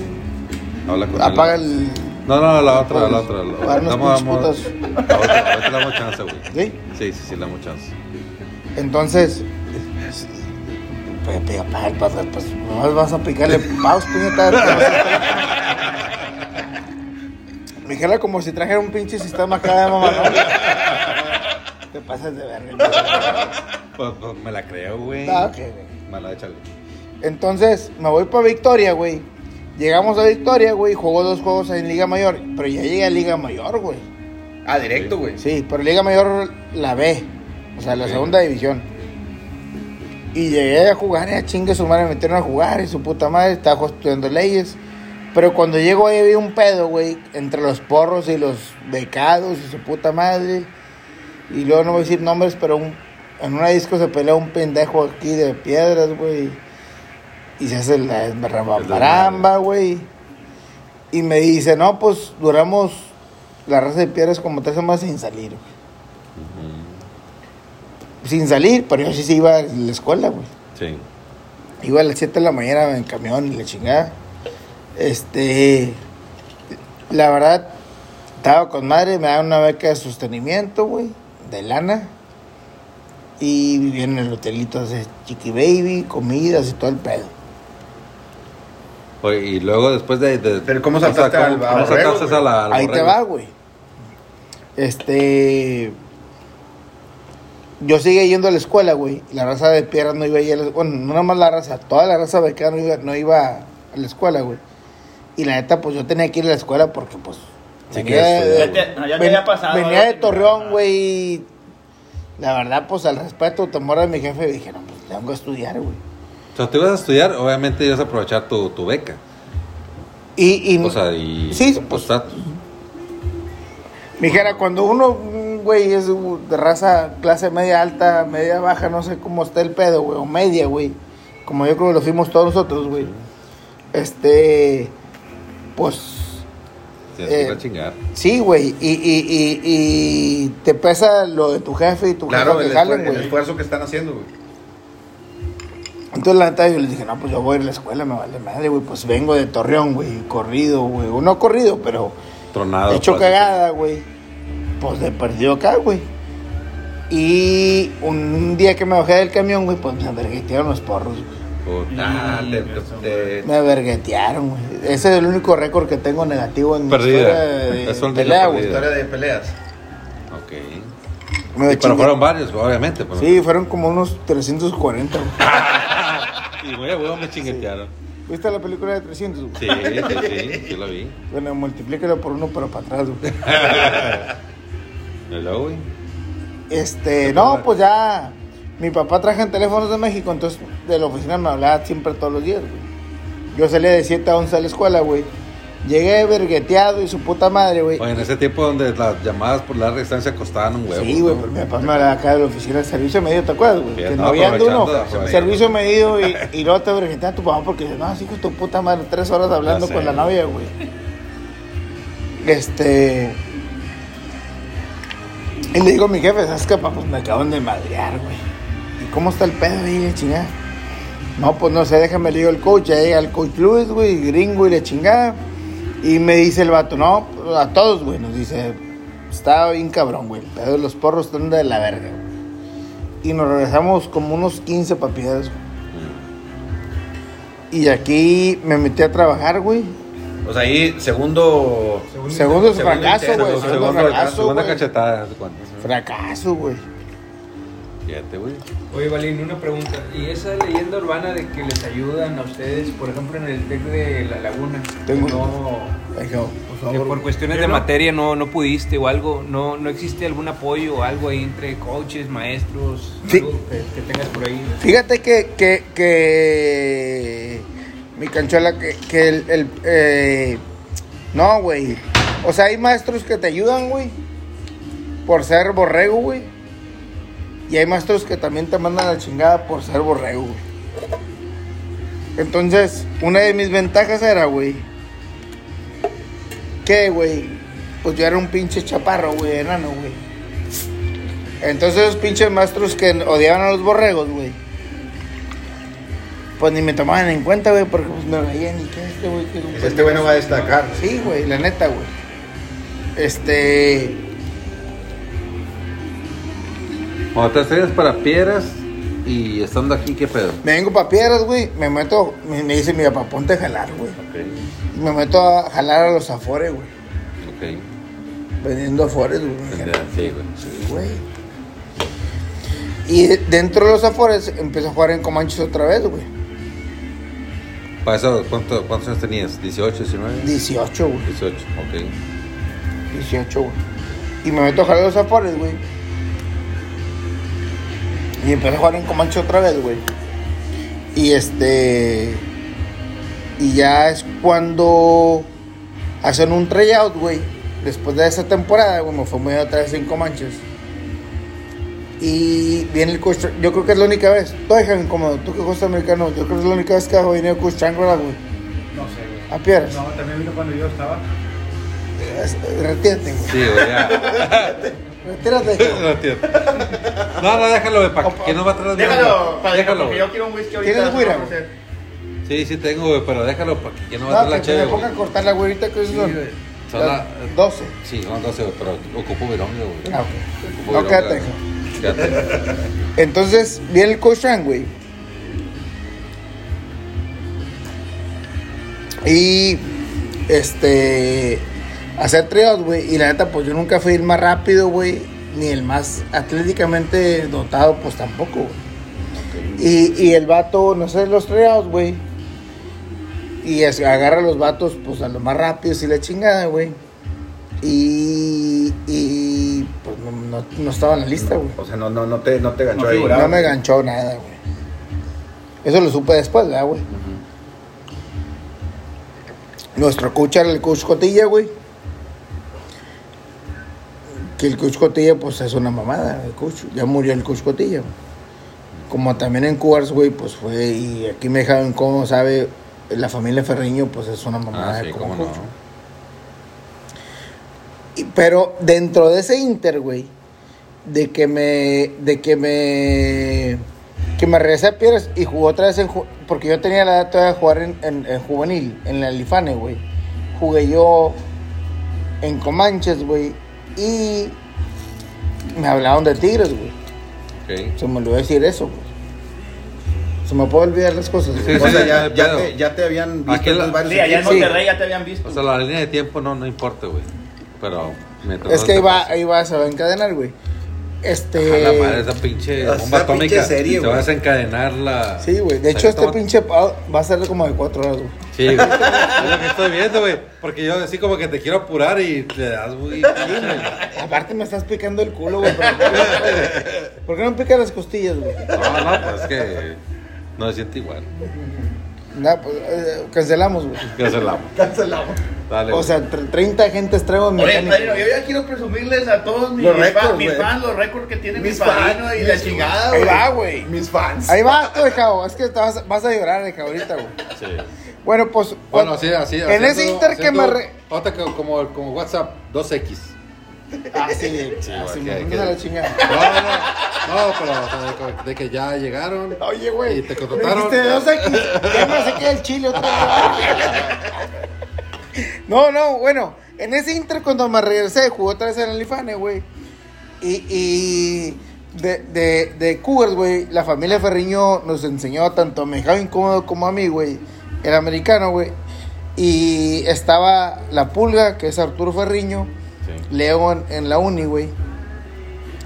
Habla con él. Apaga el. No, no, la otra, la otra. La Para darnos pinches La otra, ahorita le damos chance, güey. ¿Sí? Sí, sí, sí, le damos chance. Entonces, pues, pues, apaga el paso, pues, nomás vas a picarle paus, puñeta. Me dijera como si trajera un pinche sistema acá de mamá. Te pasas de verga. Pues, pues, me la creo, güey. Ah, ok, güey. Me la échale. Entonces, me voy para Victoria, güey. Llegamos a Victoria, güey. Jugó dos juegos en Liga Mayor. Pero ya llegué a Liga Mayor, güey. Ah, directo, güey. Sí, pero Liga Mayor la B, o sea, la Ok. segunda división. Y llegué a jugar, y a chingue su madre, me metieron a jugar, y su puta madre estaba estudiando leyes. Pero cuando llego ahí había un pedo, güey, entre los porros y los becados y su puta madre. Y luego no voy a decir nombres, pero un- en una disco se pelea un pendejo aquí de piedras, güey. Y se hace la rambaramba, güey. Y me dice, no, pues duramos la raza de piedras como tres semanas sin salir. güey". Sin salir, pero yo sí, sí iba a la escuela, güey. Sí. Iba a las 7 de la mañana en camión y la chingada. Este. La verdad, estaba con madre, me daban una beca de sostenimiento, güey, de lana. Y vivía en el hotelito de Chiqui Baby, comidas y todo el pedo. Oye, y luego después de. de- Pero ¿cómo o sea, saltaste al- ¿cómo- al cómo borrego, saltaste güey? a la. al Ahí te borrego? va, güey. Este. Yo seguía yendo a la escuela, güey. y La raza de piedras no iba a ir a la Bueno, no nomás la raza, toda la raza becada no iba, no iba a la escuela, güey. Y la neta, pues yo tenía que ir a la escuela porque, pues. Sí, venía que de- estudiar, Ya te, no, ya te ven- había pasado. venía de ¿no? Torreón, güey. y La verdad, pues al respeto, temor de mi jefe, dije, no, pues tengo que estudiar, güey. O sea, tú ibas a estudiar, obviamente ibas a aprovechar tu, tu beca. Y, y O sea, y. Sí, tu pues, estatus. Me dijera, cuando uno, mm, güey, es de raza clase media alta, media baja, no sé cómo está el pedo, güey, o media, güey. Como yo creo que lo fuimos todos nosotros, güey. Este, pues, Tienes que ir eh, a chingar. sí, güey. Y, y, y, y te pesa lo de tu jefe y tu Claro, jefe el, que jalan, esfuer- el güey. esfuerzo que están haciendo, güey. Entonces la neta yo les dije, no, pues yo voy a ir a la escuela, me vale madre, güey. Pues vengo de Torreón, güey, corrido, güey. O no corrido, pero... Tronado. hecho pues, así. cagada, güey. Pues le perdió acá, güey. Y un día que me bajé del camión, güey, pues me verguetearon los porros. güey. Puta, Y te- eso, te- Me verguetearon, güey. Ese es el único récord que tengo negativo en mi Perdida. historia de Es un pelea, récord güey. perdida. Historia de peleas. Ok. Me Y, pero chingué. fueron varios, obviamente. pues. pero- Sí, fueron como unos 340, güey. Y güey, güey, me chinguetearon. ¿Viste la película de 300, güey? Sí, sí, sí, sí, lo vi. Bueno, multiplícalo por uno, pero para atrás, güey. ¿No lo, güey? Este, no, pues ya. Mi papá traje en teléfonos de México, entonces de la oficina me hablaba siempre todos los días, güey. Yo salía de 7 a 11 a la escuela, güey. Llegué vergueteado y su puta madre, güey. Oye, en ese tiempo donde las llamadas por larga distancia costaban un huevo. Sí, güey, ¿no? pero mi papá me hablaba acá de la oficina de servicio medido, ¿te acuerdas, güey? Sí, Que no, andaba había de uno, aprovechando, servicio medido y, y luego te verguetean a tu papá porque no, así que tu puta madre, tres horas Ya hablando sé. con la novia, güey. Este. Y le digo a mi jefe, ¿sabes qué, papá? Pues me acaban de madrear, güey. ¿Y cómo está el pedo ahí, la chingada? No, pues no sé, déjame le digo al coach, ya llega el coach Luis, güey, gringo y la chingada. Y me dice el vato, no, a todos, güey, nos dice, está bien cabrón, güey, el pedo de los porros están de la verga, güey. Y nos regresamos como unos 15 papiadas, güey. Y aquí me metí a trabajar, güey. O sea, ahí segundo. Segundo intento, fracaso, intento, güey, ¿no? segundo Segundo- fracaso, segunda güey. cachetada, ¿de cuánto? Fracaso, güey. Fíjate, güey. Oye, Valín, una pregunta. ¿Y esa leyenda urbana de que les ayudan a ustedes, por ejemplo, en el TEC de La Laguna? Tengo- que No, Dije, por que favor. por cuestiones de materia no, no pudiste o algo, no, no existe algún apoyo o algo ahí entre coaches, maestros, Sí. algo que, que tengas por ahí. Fíjate que, que, que mi canchola, que, que el, el, eh, no, güey. O sea, hay maestros que te ayudan, güey, por ser borrego, güey. Y hay maestros que también te mandan a la chingada por ser borrego, güey. Entonces, una de mis ventajas era, güey, que, güey, pues yo era un pinche chaparro, güey, enano, güey. Entonces esos pinches maestros que odiaban a los borregos, güey. Pues ni me tomaban en cuenta, güey, porque pues me veían y que este güey que es un Este bueno va a destacar. Sí, güey, la neta, güey. Este. Cuando te estrellas para piedras y estando aquí, ¿qué pedo? Me vengo para piedras, güey. Me meto. Me, me dice mi papá, ponte a jalar, güey. Ok, Y Me meto a jalar a los afores, güey. ok. Vendiendo afores, güey. me dijeron, Sí, güey. sí. güey. Y dentro de los afores empiezo a jugar en Comanches otra vez, güey. ¿Para eso cuánto- cuántos años tenías? ¿18, 19? 18, güey. 18, ok. 18, güey. Y me meto a jalar los afores, güey. Y empecé a jugar en Comanche otra vez, güey. Y este. Y ya es cuando hacen un tryout, güey. Después de esa temporada, güey, me fue muy otra vez en Comanches. Y viene el coach. Yo creo que es la única vez. Tú déjame incómodo, tú que costa americano. Yo creo que es la única vez que ha venido Coach Changola, güey. No sé, güey. A piedras. No, también vino cuando yo estaba. Eh, Retírate, güey. Sí, güey, ya. Retírate. güey. No, tío. No, no, déjalo, güey, para que no va a traer Déjalo, padre, porque güey. yo quiero un whisky ahorita. ¿Tienes güira, no sé. Sí, sí tengo, güey, pero déjalo para que no va a traer No, que la se chévere, me ponga a güey. cortar la güerita que son, güey. Son las la- 12. Sí, son 12, güey, pero ocupo vironga, güey. Ah, ok. Ocupo No, vironga. quédate. Quédate. Entonces, viene el coach Frank, güey. Y este hacer trios, güey. Y la neta, pues yo nunca fui el más rápido, güey. Ni el más atléticamente dotado, pues tampoco, güey. Y, y el vato, no sé, los trios, güey. Y es- agarra a los vatos, pues a los más rápidos y la chingada, güey. Y, y pues no, no- no estaba en la lista, güey. O sea, no, no, no te, no te ganchó No ahí. figuraba. No me ganchó nada, güey. Eso lo supe después, ¿verdad, güey? Nuestro coach era el coach Cotilla, güey. Que el coach Cotilla, pues es una mamada, el coach. Ya murió el coach Cotilla. güey. Como también en Cuars, güey, pues fue. Y aquí me dejaron, como sabe, la familia Ferriño, pues es una mamada. Ah, sí, como cómo no. coach. Y- Pero dentro de ese Inter, güey, de que me. de que me. que me regresé a Piedras y jugó otra vez en. ju- porque yo tenía la edad todavía de jugar en, en- en juvenil, en la Lifane, güey. Jugué yo en Comanches, güey. Y. me hablaron de Tigres, güey. Ok. Se me olvidó decir eso, güey. Se me puede olvidar las cosas. güey. Sí, O sí, sea, sí, ya, no hay ya pedo. te, ya te habían visto Aquel- en varios Sí, allá en equipos. Monterrey ya te habían visto. O sea, la línea de tiempo no, no importa, güey. Pero... mientras Es no que te ahí va, pase. ahí va, se va a encadenar, güey. A la madre, Este. esa pinche Esa bomba atómica. pinche serie, te va güey. a desencadenar la. Sí, güey. De la hecho, este toma- pinche pa- va a ser como de cuatro horas, güey. Sí, güey. Es lo que estoy viendo, güey. Porque yo así como que te quiero apurar y le das muy. No, Aparte, me estás picando el culo, güey. pero- ¿Por qué no me pican las costillas, güey? no, pues es que. No se siente igual. Nah, pues, eh, cancelamos, güey. Yo se la amo. Cancelamos. Dale. O güey. sea, tre- 30 gentes traigo Oye, mecánicos. padrino, yo ya quiero presumirles a todos mis, Los mis récords, fan- mis güey. fans, los récords que tiene mi Mis padrino fans, y mis la chingada, Ahí güey. va, güey. Mis fans. Ahí va, tú, Javo. Es que te vas, vas a llorar, Javo, ahorita, güey. Sí. Bueno, pues. Bueno, así, así. En ese haciendo- inter que haciendo me. Re... Otra que- como, como WhatsApp 2X. Ah, sí, güey. Sí, Ah, güey, sí, que- me que- a la chingada. No, no, no. No, pero o sea, de que- de que ya llegaron. Oye, güey. Y te contrataron. me dijiste dos X. Ya me saqué el chile otra vez. No, no, bueno. En ese inter, cuando me regresé, jugué otra vez en el Ifane, güey. Y, y de, de, de Cougars, güey, la familia Ferriño nos enseñó tanto a Mejado Incómodo como a mí, güey. El americano, güey. Y estaba La Pulga, que es Arturo Ferriño. León en la uni, güey.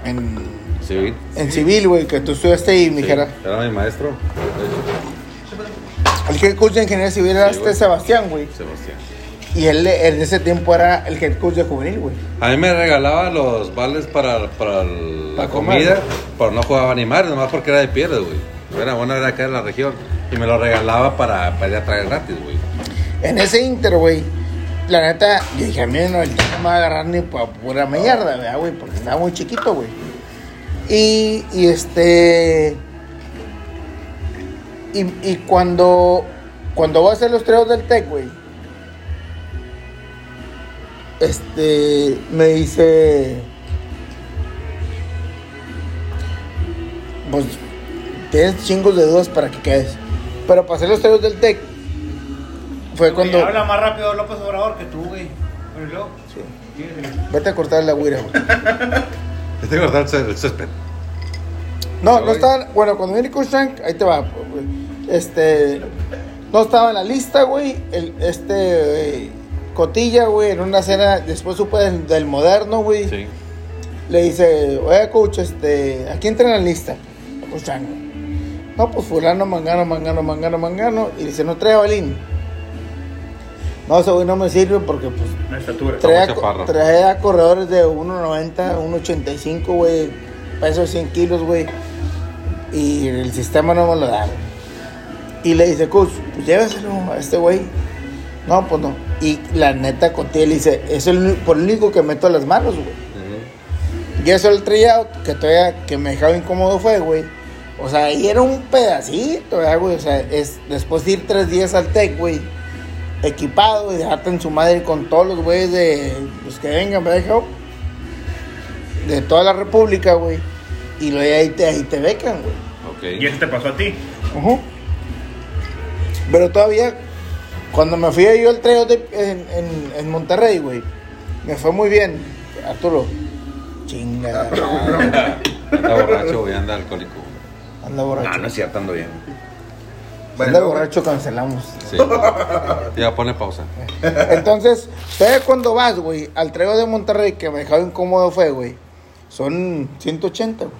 En, Sí, güey. en civil, güey, que tú estudiaste ahí, mi Sí, jera. Era mi maestro. de hecho, El head coach de ingeniería civil era Sí, este güey. Sebastián, güey. Sebastián. Y él en ese tiempo era el head coach de juvenil, güey. A mí me regalaba los vales para, para el- la Para comer. comida, pero no jugaba a animar, nomás porque era de piedras, güey. Era bueno, era acá en la región. Y me lo regalaba para, para ir a traer gratis, güey. En ese inter, güey, la neta, yo dije, a mí no, el chico no me va a agarrar ni para pura mierda, ¿verdad, güey? Porque estaba muy chiquito, güey. Y, y este. Y, y cuando. Cuando voy a hacer los treos del TEC, güey. Este. Me dice. Pues. Tienes chingos de dudas para que quedes. Pero para hacer los treos del TEC. Fue Güey, cuando. Habla más rápido López Obrador que tú, güey. Pero luego, Sí. tienes el- Vete a cortar la güira, güey. Este cortar el césped. No, Ay. no estaba. Bueno, cuando viene Kushtank, ahí te va. güey. Este. No estaba en la lista, güey. El, este. eh, Cotilla, güey, en una cena. Después supe del, del moderno, güey. Sí. Le dice, oye, coach, este. ¿A quién entra en la lista? A Kushtank, güey. No, pues Fulano, Mangano, Mangano, Mangano, Mangano. Y dice, no trae a Balín. No, ese güey no me sirve porque, pues, la estatura. Está muy Traía, co- chaparro. traía corredores de 1.90, 1.85, güey. Peso 100 kilos, güey. Y el sistema no me lo da. güey. Y le dice, coach, pues lléveselo a este güey. No, pues no. Y la neta contigo le dice, es el uni- por el único que meto las manos, güey. Ujú. Y eso el tryout que todavía que me dejaba incómodo fue, güey. O sea, ahí era un pedacito, ¿verdad, güey. O sea, es después de ir tres días al tech, güey. Equipado y dejarte en su madre con todos los güeyes de los que vengan, ¿verdad, hijo? De toda la república, güey. Y luego ahí te, ahí te becan, güey. Y Ok. eso te pasó a ti. Ujú. Pero todavía, cuando me fui yo al tryout de- en, en- en Monterrey, güey, me fue muy bien, Arturo. Chinga. Anda borracho, güey, anda alcohólico. Anda borracho. Ah, no es cierto, ando bien. Anda Bueno, borracho, cancelamos. Sí. Ya pone pausa. Entonces, ustedes cuando vas, güey, al trego de Monterrey, que me dejaba incómodo fue, güey, son 180, güey.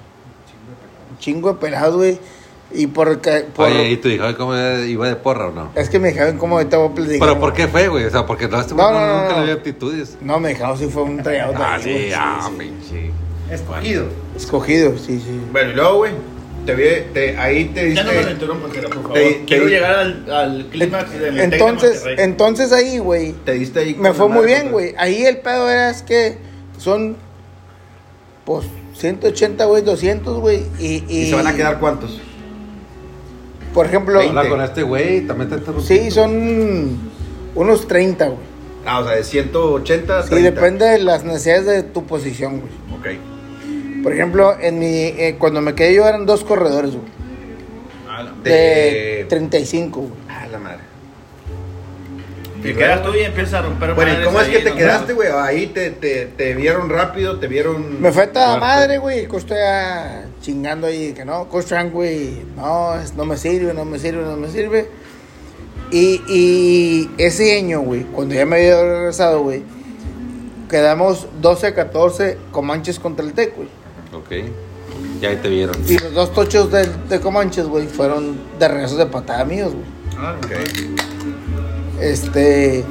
Un chingo de pelado, güey. Y por... ca- por- Oye, ¿y tu hijo ay, cómo iba de porra o no? es que me dejaba incómodo, ahorita voy a platicar, ¿Pero güey. por qué fue, güey? O sea, porque no, este No, güey no, no, nunca no. le dio aptitudes. No, me dejaba si fue un trego. Ah, sí, ah, pinche. Escogido. Escogido, sí, sí. Bueno, y luego, güey, te vi, te, ahí te Ya no me lo diste, interrumpas, pero, por favor. Te- Quiero te- llegar al, al clímax del Tec de Entonces, Monterrey. entonces ahí, güey, te diste ahí. me con fue la muy madre bien, con- güey. Ahí el pedo era es que son, pues, 180, güey, 200, güey. Y, ¿Y se van a quedar cuántos? Por ejemplo, Habla con este güey, también te interrumpí. sí, son unos 30, güey. Ah, o sea, de 180 a Y 30. depende de las necesidades de tu posición, güey. Ok. Por ejemplo, en mi, eh, cuando me quedé yo eran dos corredores, güey. De Ah, De... 35, güey. Ah, la madre. Te quedas tú y empiezas a romper Bueno, ¿y madres cómo es ahí, que te ¿no? quedaste, güey? Ahí te, te, te vieron rápido, te vieron... Me fue toda Fuerte. madre, güey. El coach ya chingando ahí, que no, coach Frank, güey, no, es- no me sirve, no me sirve, no me sirve. Y, y ese año, güey, cuando ya me había regresado, güey, quedamos 12-14 Comanches contra el Tec, güey. Ok. Ya ahí te vieron. Y los dos tochos del, de Comanches, güey, fueron de regresos de patada míos, güey. Ah, Ok. Este,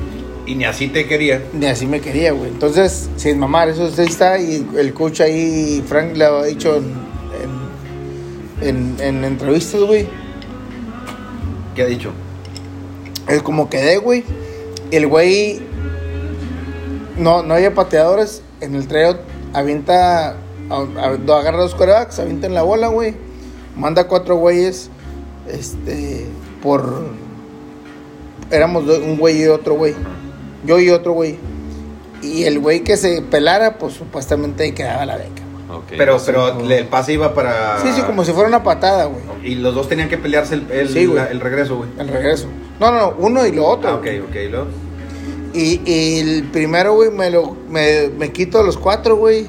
Y ni así te quería. ni así me quería, güey. Entonces, sin mamar, eso sí está. Y el coach ahí, Frank, le ha dicho en, en- en- en entrevistas, güey. ¿Qué ha dicho? Es como quedé, güey. El güey. No, no había pateadores. En el tryout avienta. a- a- agarra dos corebacks, avienta en la bola, güey. Manda cuatro güeyes. Este. Por. Éramos do- un güey y otro güey. Yo y otro güey. Y el güey que se pelara, pues supuestamente ahí quedaba la beca. Ok. Pero, pero como- le- el pase iba para. Sí, sí, como si fuera una patada, güey. Y los dos tenían que pelearse el, el- Sí, güey. la- el regreso, güey. El regreso. No, no, no, uno y lo otro. Ah, güey. ok, ok, luego. Y, y el primero, güey, me, lo, me, me quito los cuatro, güey.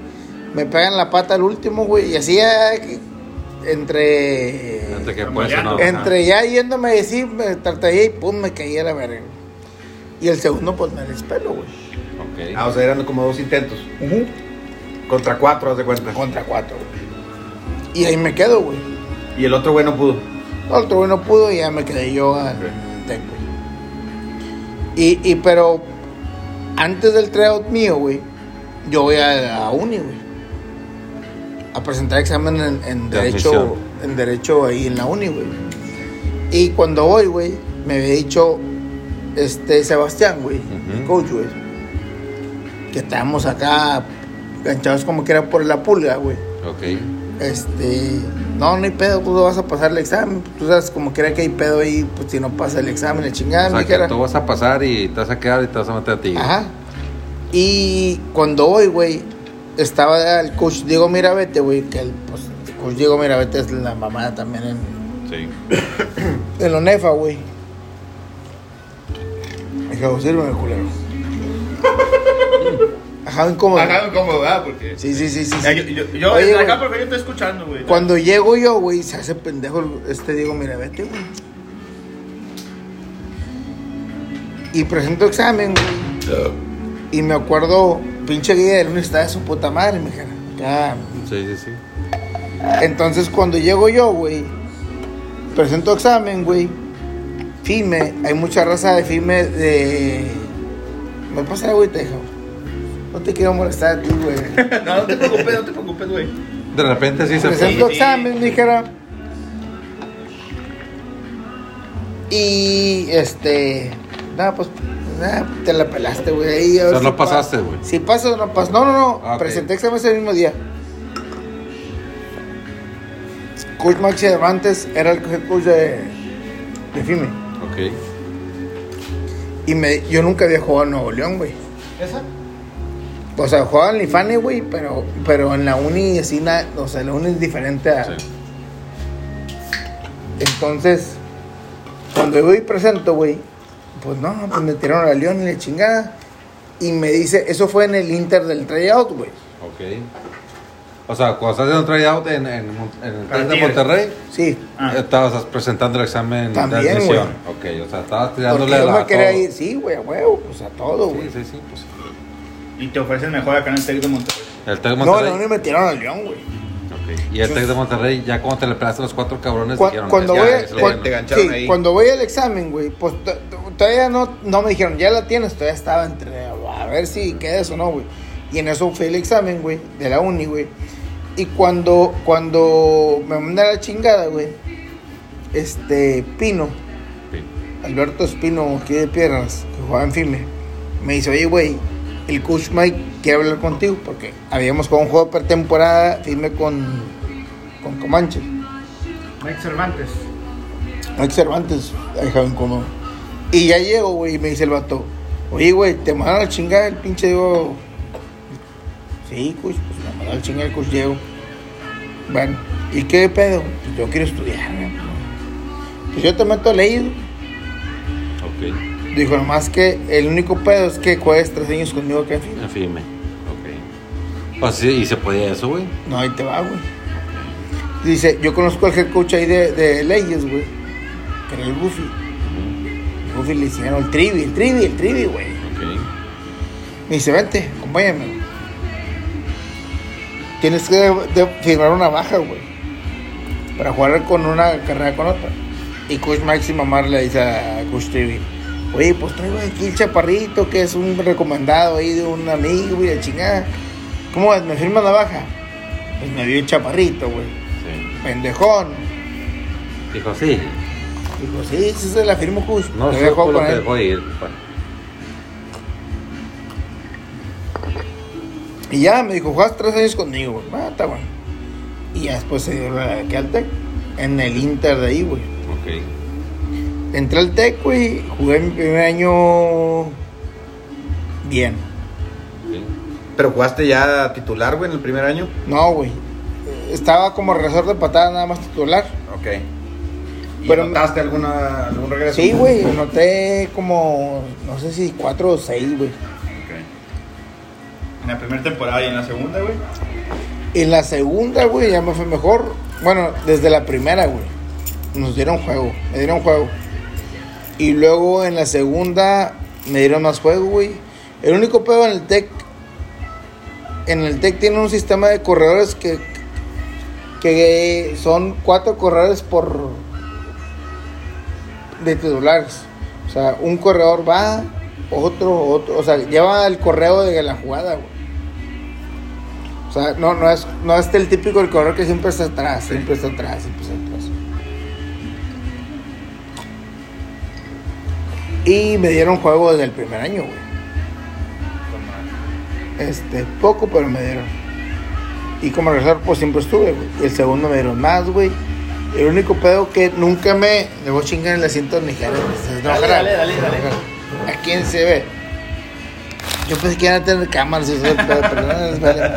Me pegan la pata al último, güey. Y así ya, eh, entre... Fíjate que puede ser, no. Entre ya yéndome a decir, me tartaría y pum, me caí a la verga. güey. Y el segundo, pues me despelo, güey. Ok. Ah, o sea, eran como dos intentos. Contra cuatro, haz de cuenta. Contra cuatro, güey. Y ahí me quedo, güey. Y el otro güey no pudo. No, El otro güey no pudo y ya me quedé yo al tec, güey. Y, y pero antes del tryout mío, güey, yo voy a, a uni, güey. A presentar examen en, en De derecho, admisión. en derecho ahí en la uni, güey. Y cuando voy, güey, me había dicho este Sebastián, güey, el Ujú. coach, güey, que estábamos acá ganchados como que era por la pulga, güey Ok. este, no, no hay pedo, pues no vas a pasar el examen. Tú sabes, como crea que hay pedo ahí, pues si no pasa el examen, el chingada, O sea, me que dijera. tú vas a pasar y te vas a quedar y te vas a meter a ti. Ah, Ajá. Y cuando voy, güey, estaba el coach Diego Mirabete, güey, que el, pues, el coach Diego Mirabete es la mamada también en, Sí. en la ONEFA, güey. Dije, "Oh, sírveme, culero. Ajá, incómodo. Acá me como, ¿verdad? Porque. Sí, sí, sí, sí. Ya, sí. Yo, yo, yo Oye, desde güey. acá porque yo estoy escuchando, güey. Cuando llego yo, güey, se hace pendejo el- este Diego Mirabete, güey. Y presento examen, güey. Y me acuerdo, pinche guía del universidad de su puta madre, mi hija. Ya. Sí, sí, sí. Entonces, cuando llego yo, güey, presento examen, güey. FIME, hay mucha raza de FIME de. Me pasa algo y te dejo. No te quiero molestar a ti, güey. No, no te preocupes, no te preocupes, güey. De repente sí se presento Sí, sí. examen, dijera. Y este. Nada, pues. Nada, te la pelaste, güey. ahí, a O ver sea, no pa- pasaste, güey. Si paso o no paso. No, no, no. Ah, ok. Presenté examen ese mismo día. Coach Maxi Cervantes era el head coach de, de FIME. Ok. Y me, yo nunca había jugado en Nuevo León, güey. ¿Esa? O sea, jugaba en Lifane, güey, pero, pero en la uni así, na- o sea, la uni es diferente a, Sí. Entonces, cuando yo voy y presento, güey, pues no, pues me tiraron a León y la chingada. Y me dice, eso fue en el Inter del tryout, güey. Ok. O sea, cuando estás en un tryout en, en, Mon- en el Para test de Tigres. Monterrey, Sí. Ah. estabas presentando el examen de También, admisión. Ok, o sea, estabas Porque tirándole yo la. me a quería todo. ir, sí, güey, a huevo, pues a todo, güey. Sí, sí, sí. Pues. Y te ofrecen mejor acá en el Tec de Monterrey. El Tec de No, Monterrey. no, no me tiraron a León, güey. ok. Y el Tec de Monterrey, ya cuando te le pegaste a los cuatro cabrones, Cu- dijeron, cuando ya, voy, es a- lo cuan- Te bueno. gancharon sí, ahí. cuando voy al examen, güey, pues to- to- todavía no, no me dijeron, ya la tienes, todavía estaba entre a ver si quedas o no, güey. Y en eso fue el examen, güey, de la uni, güey. Y cuando, cuando me mandan a la chingada, güey, este Pino, Sí. Alberto Espino, aquí de Piedras, que jugaba en FIME, me dice, oye, güey, el coach Mike quiere hablar contigo, porque habíamos jugado un juego por temporada FIME con, con Comanche. Mike Cervantes. Mike Cervantes, ahí Javen Como. Y ya llego, güey, y me dice el vato, oye, güey, te mandaron a la chingada el pinche Diego. Sí, coach, pues me mandaron a la chingada el coach Diego. Bueno, ¿y qué pedo? Pues yo quiero estudiar, ¿no? Pues yo te meto a leyes. Ok. Dijo, nomás que el único pedo es que juegues tres años conmigo que en fin. En firme. Ok. Pues sí, y se podía eso, güey. No, ahí te va, güey. Dice, yo conozco al head coach ahí de, de leyes, güey. Que era el Goofy. Goofy le hicieron el trivi, el trivi, el trivi, güey. Ok. Me dice, vente, acompáñame. tienes que de- firmar una baja, güey. Para jugar con una carrera con otra. Y Coach Maxi Mamar le dice a Coach TV, oye, pues traigo aquí el chaparrito que es un recomendado ahí de un amigo, güey, la chingada. ¿Cómo ves? ¿Me firma la baja? Pues me dio el chaparrito, güey. Sí. Pendejón. Dijo, sí, Dijo, sí, sí se la firmo, Coach. no Te sé dejo por lo con que él. voy a ir. pues. compa. Y ya me dijo, juegas tres años conmigo, güey. Ah, está bueno. Y ya después se dio la que al Tec, en el Inter de ahí, güey. Ok. Entré al Tec, güey, jugué mi primer año bien. sí. Pero jugaste ya titular, güey, en el primer año. No, güey. Estaba como resorte de patada nada más titular. Ok. ¿Y Pero- notaste alguna, algún regreso? Sí, güey, anoté como, no sé si cuatro o seis, güey. En la primera temporada y en la segunda, güey. En la segunda, güey, ya me fue mejor. Bueno, desde la primera, güey. Nos dieron juego, me dieron juego. Y luego en la segunda me dieron más juego, güey. El único pedo en el TEC... En el TEC tiene un sistema de corredores que... Que son cuatro corredores por... De titulares. O sea, un corredor va, otro, otro. O sea, lleva el correo de la jugada, güey. O sea, no, no es, no es el típico del corredor que siempre está atrás, siempre está atrás, siempre está atrás. Y me dieron juego desde el primer año, güey. Este, poco, pero me dieron. Y como regresor, pues siempre estuve, güey. Y el segundo me dieron más, güey. El único pedo que nunca me. Le voy a chingar el asiento de Nicaragua. Dale, dale, dale, dale. ¿A quién se ve? Yo pensé que iban a tener cámaras y eso, pero, pero no, les vale.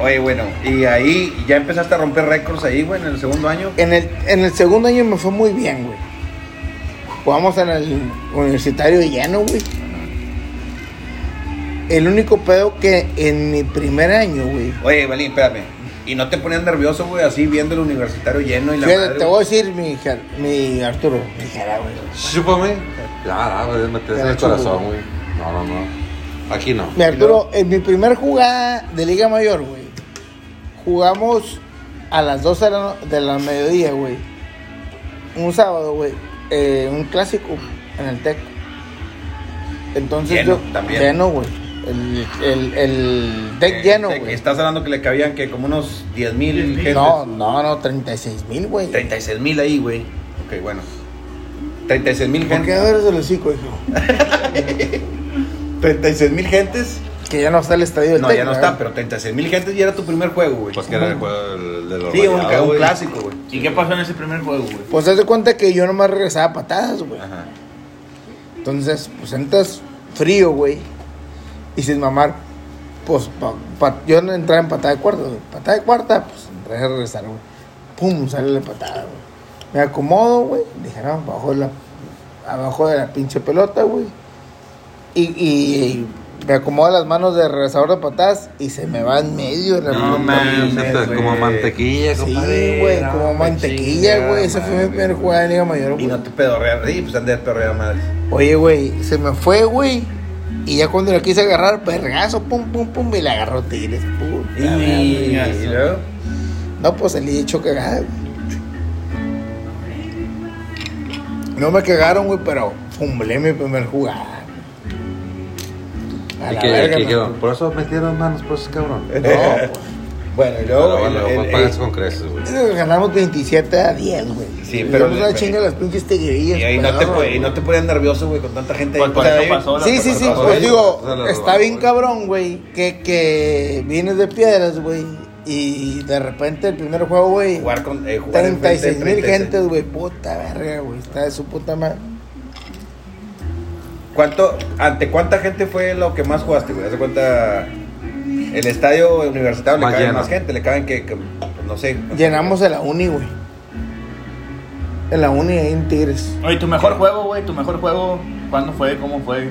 Oye, bueno, y ahí ya empezaste a romper récords ahí, güey, en el segundo año. En el, en el segundo año me fue muy bien, güey. Jugamos en el universitario llano, güey. El único pedo que en mi primer año, güey. Oye, Balín, espérame. ¿Y no te ponías nervioso, güey, así viendo el universitario lleno y la Fíjate, madre, te güey? voy a decir mi, jar- mi Arturo. Mi jara, güey. Chúpame. Ya, ya, ah, pues, me metes en el corazón, güey. No, no, no. Aquí no. Mi Arturo, en mi primer jugada de Liga Mayor, güey. Jugamos a las 12 de la, no- de la mediodía, güey. Un sábado, güey. eh, un clásico en el TEC. Entonces Lleno, yo. también. Lleno, güey. El, el, el TEC Eh, lleno, te- güey. Estás hablando que le cabían que como unos 10 mil gentes. No, no, no, 36 mil, güey. 36 mil ahí, güey. Ok, bueno. 36 mil ¿Por qué gentes. eres del hocico, hijo? 36 mil gentes. Que ya no está el estadio del No, TEC. ya no ¿verdad? está, pero 36 mil gentes y era tu primer juego, güey. Pues que era el juego del- de los Sí, un, rayados, un güey. clásico, güey. ¿Y qué pasó en ese primer juego, güey? Pues haz de cuenta que yo nomás regresaba a patadas, güey. Ajá. Entonces, pues entras frío, güey. Y sin mamar, pues pa- pa- yo no entraba en patada de cuarta, güey. Patada de cuarta, pues entré a regresar, güey. Pum, sale la patada, güey. Me acomodo, güey. Dije, no, abajo de la, abajo de la pinche pelota, güey. Y, y- y me acomodo las manos de regresador de patadas y se me va en medio. de la No puta mames, madre. está güey. como mantequilla, Sí, compadre. güey, No, como qué mantequilla, güey. Esa chingada fue mi madre, primera güey. jugada de Liga Mayor, güey. Y no te pedorreas. Sí, pues andé pedorrear madre. Oye, güey, se me fue, güey. Y ya cuando la quise agarrar, vergazo, pum, pum, pum, y la agarró Tigres, pum. Y, verga, y eso. luego. No, pues salí hecho cagada, güey. No me cagaron, güey, pero fumblé mi primer jugada. A Y la que- verga, que no. dijeron, por eso metieron manos, por eso cabrón. No, pues. Bueno, y luego. Pero bueno, el- el- luego pagas con creces, güey. Ganamos 27 a 10, güey. Sí, pero- pues, Nos la chinga las pinches pues, tigrillas. Y ahí no te, pedorro, po- y no güey. te ponías nervioso, güey, con tanta gente. Pues ahí. por O sea, eso ahí- pasó la Sí, sí, sí, pasada, pues güey. digo, Se la está robaron, bien güey. cabrón, güey, que, que vienes de piedras, güey, y de repente el primer juego, güey, Jugar con. eh, jugar enfrente de 36 mil 36. gentes, güey, puta verga, güey, está de su puta madre. ¿Cuánto, ¿Ante cuánta gente fue lo que más jugaste, güey? Haz de cuenta. El estadio universitario Más le caben lleno. más gente, le caben que. que, no sé. Llenamos en la uni, güey, en la uni ahí en Tigres. Oye, tu mejor juego, güey, tu mejor juego, ¿cuándo fue? ¿Cómo fue?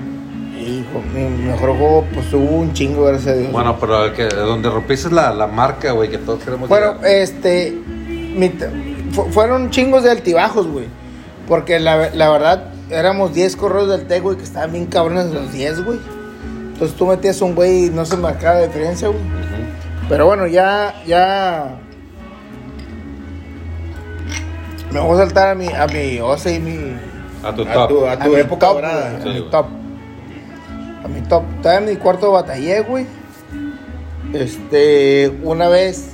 Hijo, mi mejor juego, pues hubo un chingo, gracias a Dios. Bueno, pero el que, donde rompiste la, la marca, güey, que todos queremos Bueno, llegar. este. mi t- fu- fueron chingos de altibajos, güey. Porque la, ve- la verdad, éramos 10 correos del TEC, güey, que estaban bien cabrones los 10, güey. Entonces tú metías un güey y no se marcaba la diferencia, güey. eh, Ujú. Pero bueno, ya, ya. Me voy a saltar a mi, a mi OCE y mi. A tu A tu, top. a a tu mi época top, dorada. güey, Sí, A mi güey. top. A mi top. Estaba en mi cuarto batallé, güey. Este, una vez.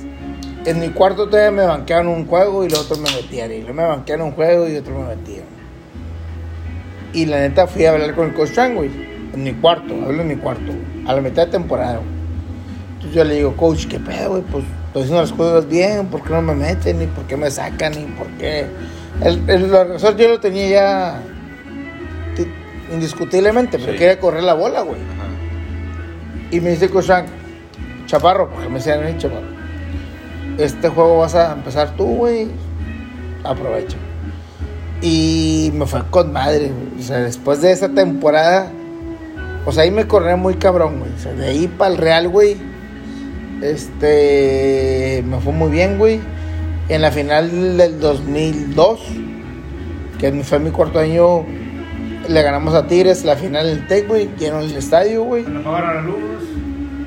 En mi cuarto todavía me banquearon un juego y los otros me metían. Y luego me banquearon un juego y otros me metían. Y la neta fui a hablar con el coach Chang, güey. En mi cuarto, hablo en mi cuarto. A la mitad de temporada, güey. Entonces yo le digo, coach, ¿qué pedo, güey? Pues estoy haciendo las cosas bien, ¿por qué no me meten? ¿Y por qué me sacan? ¿Y por qué? El, el, la razón yo lo tenía ya ti- indiscutiblemente, pero Sí. quería correr la bola, güey. Y me dice el coach Frank, chaparro, porque me decían a mí, chaparro, este juego vas a empezar tú, güey, aprovecha. Y me fue con madre, güey. O sea, después de esa temporada, o sea, ahí me corrí muy cabrón, güey. O sea, de ahí para el Real, güey, este, me fue muy bien, güey. En la final del 2002, que fue mi cuarto año, le ganamos a Tigres la final del Tec, güey, lleno el estadio, güey. Cuando apagaron la luz.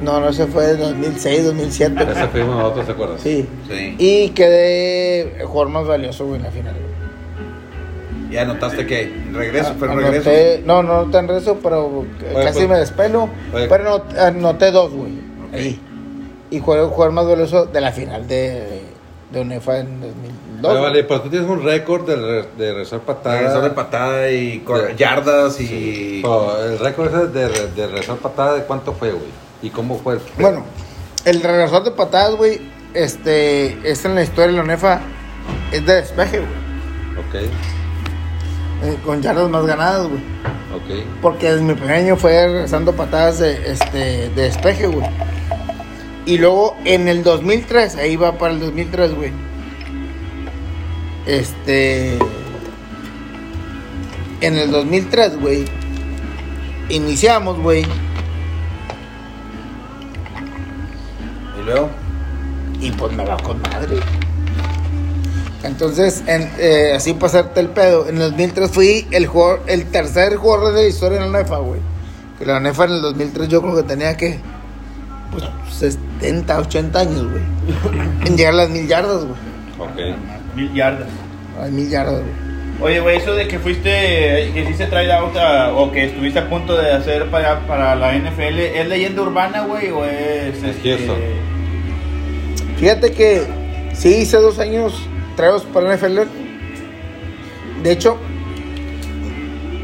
No, no, se fue en 2006, 2007. Ese fuimos nosotros, ¿te acuerdas? Sí. Sí. Y quedé el jugador más valioso, güey, en la final. güey. Ya notaste que regreso, pero Ah, Anoté- regreso. No, no tan rezo, pero casi pues- me despelo. Oye. pero anot- anoté dos, güey. Ahí. Y jugué el jugador más valioso de la final de, de UNEFA en 2002. Oye, vale, pues. güey. pero tú tienes un récord de, re- de rezar patadas. Regresar de patada y cor- yardas y. Pero Oh, el récord ese de, re- de rezar patadas, ¿de cuánto fue, güey? ¿Y cómo fue? Bueno, el regresador de patadas, güey, este, es en la historia de la UNEFA, es de despeje, güey. Ok, eh, Con yardas más ganadas, güey. ok. Porque desde mi pequeño fue regresando patadas de, este, de despeje, güey. Y luego en el 2003, ahí va para el 2003, güey. Este. En el 2003, güey. Iniciamos, güey. Y luego. Y pues me va con madre. Entonces, en, eh, así pasarte el pedo. En el 2003 fui el jugador, el tercer jugador de la historia en la NEFA, güey. Que la NEFA en el 2003 yo creo que tenía que, pues, 70, 80 años, güey. En llegar a las mil yardas, güey. Ok. Ah, Mil yardas. A las mil yardas, güey. Oye, güey, eso de que fuiste, que hiciste try out a- o que estuviste a punto de hacer para, para la NFL, ¿es leyenda urbana, güey, o es... este, cierto. Fíjate que sí hice dos años tragos para NFL. De hecho,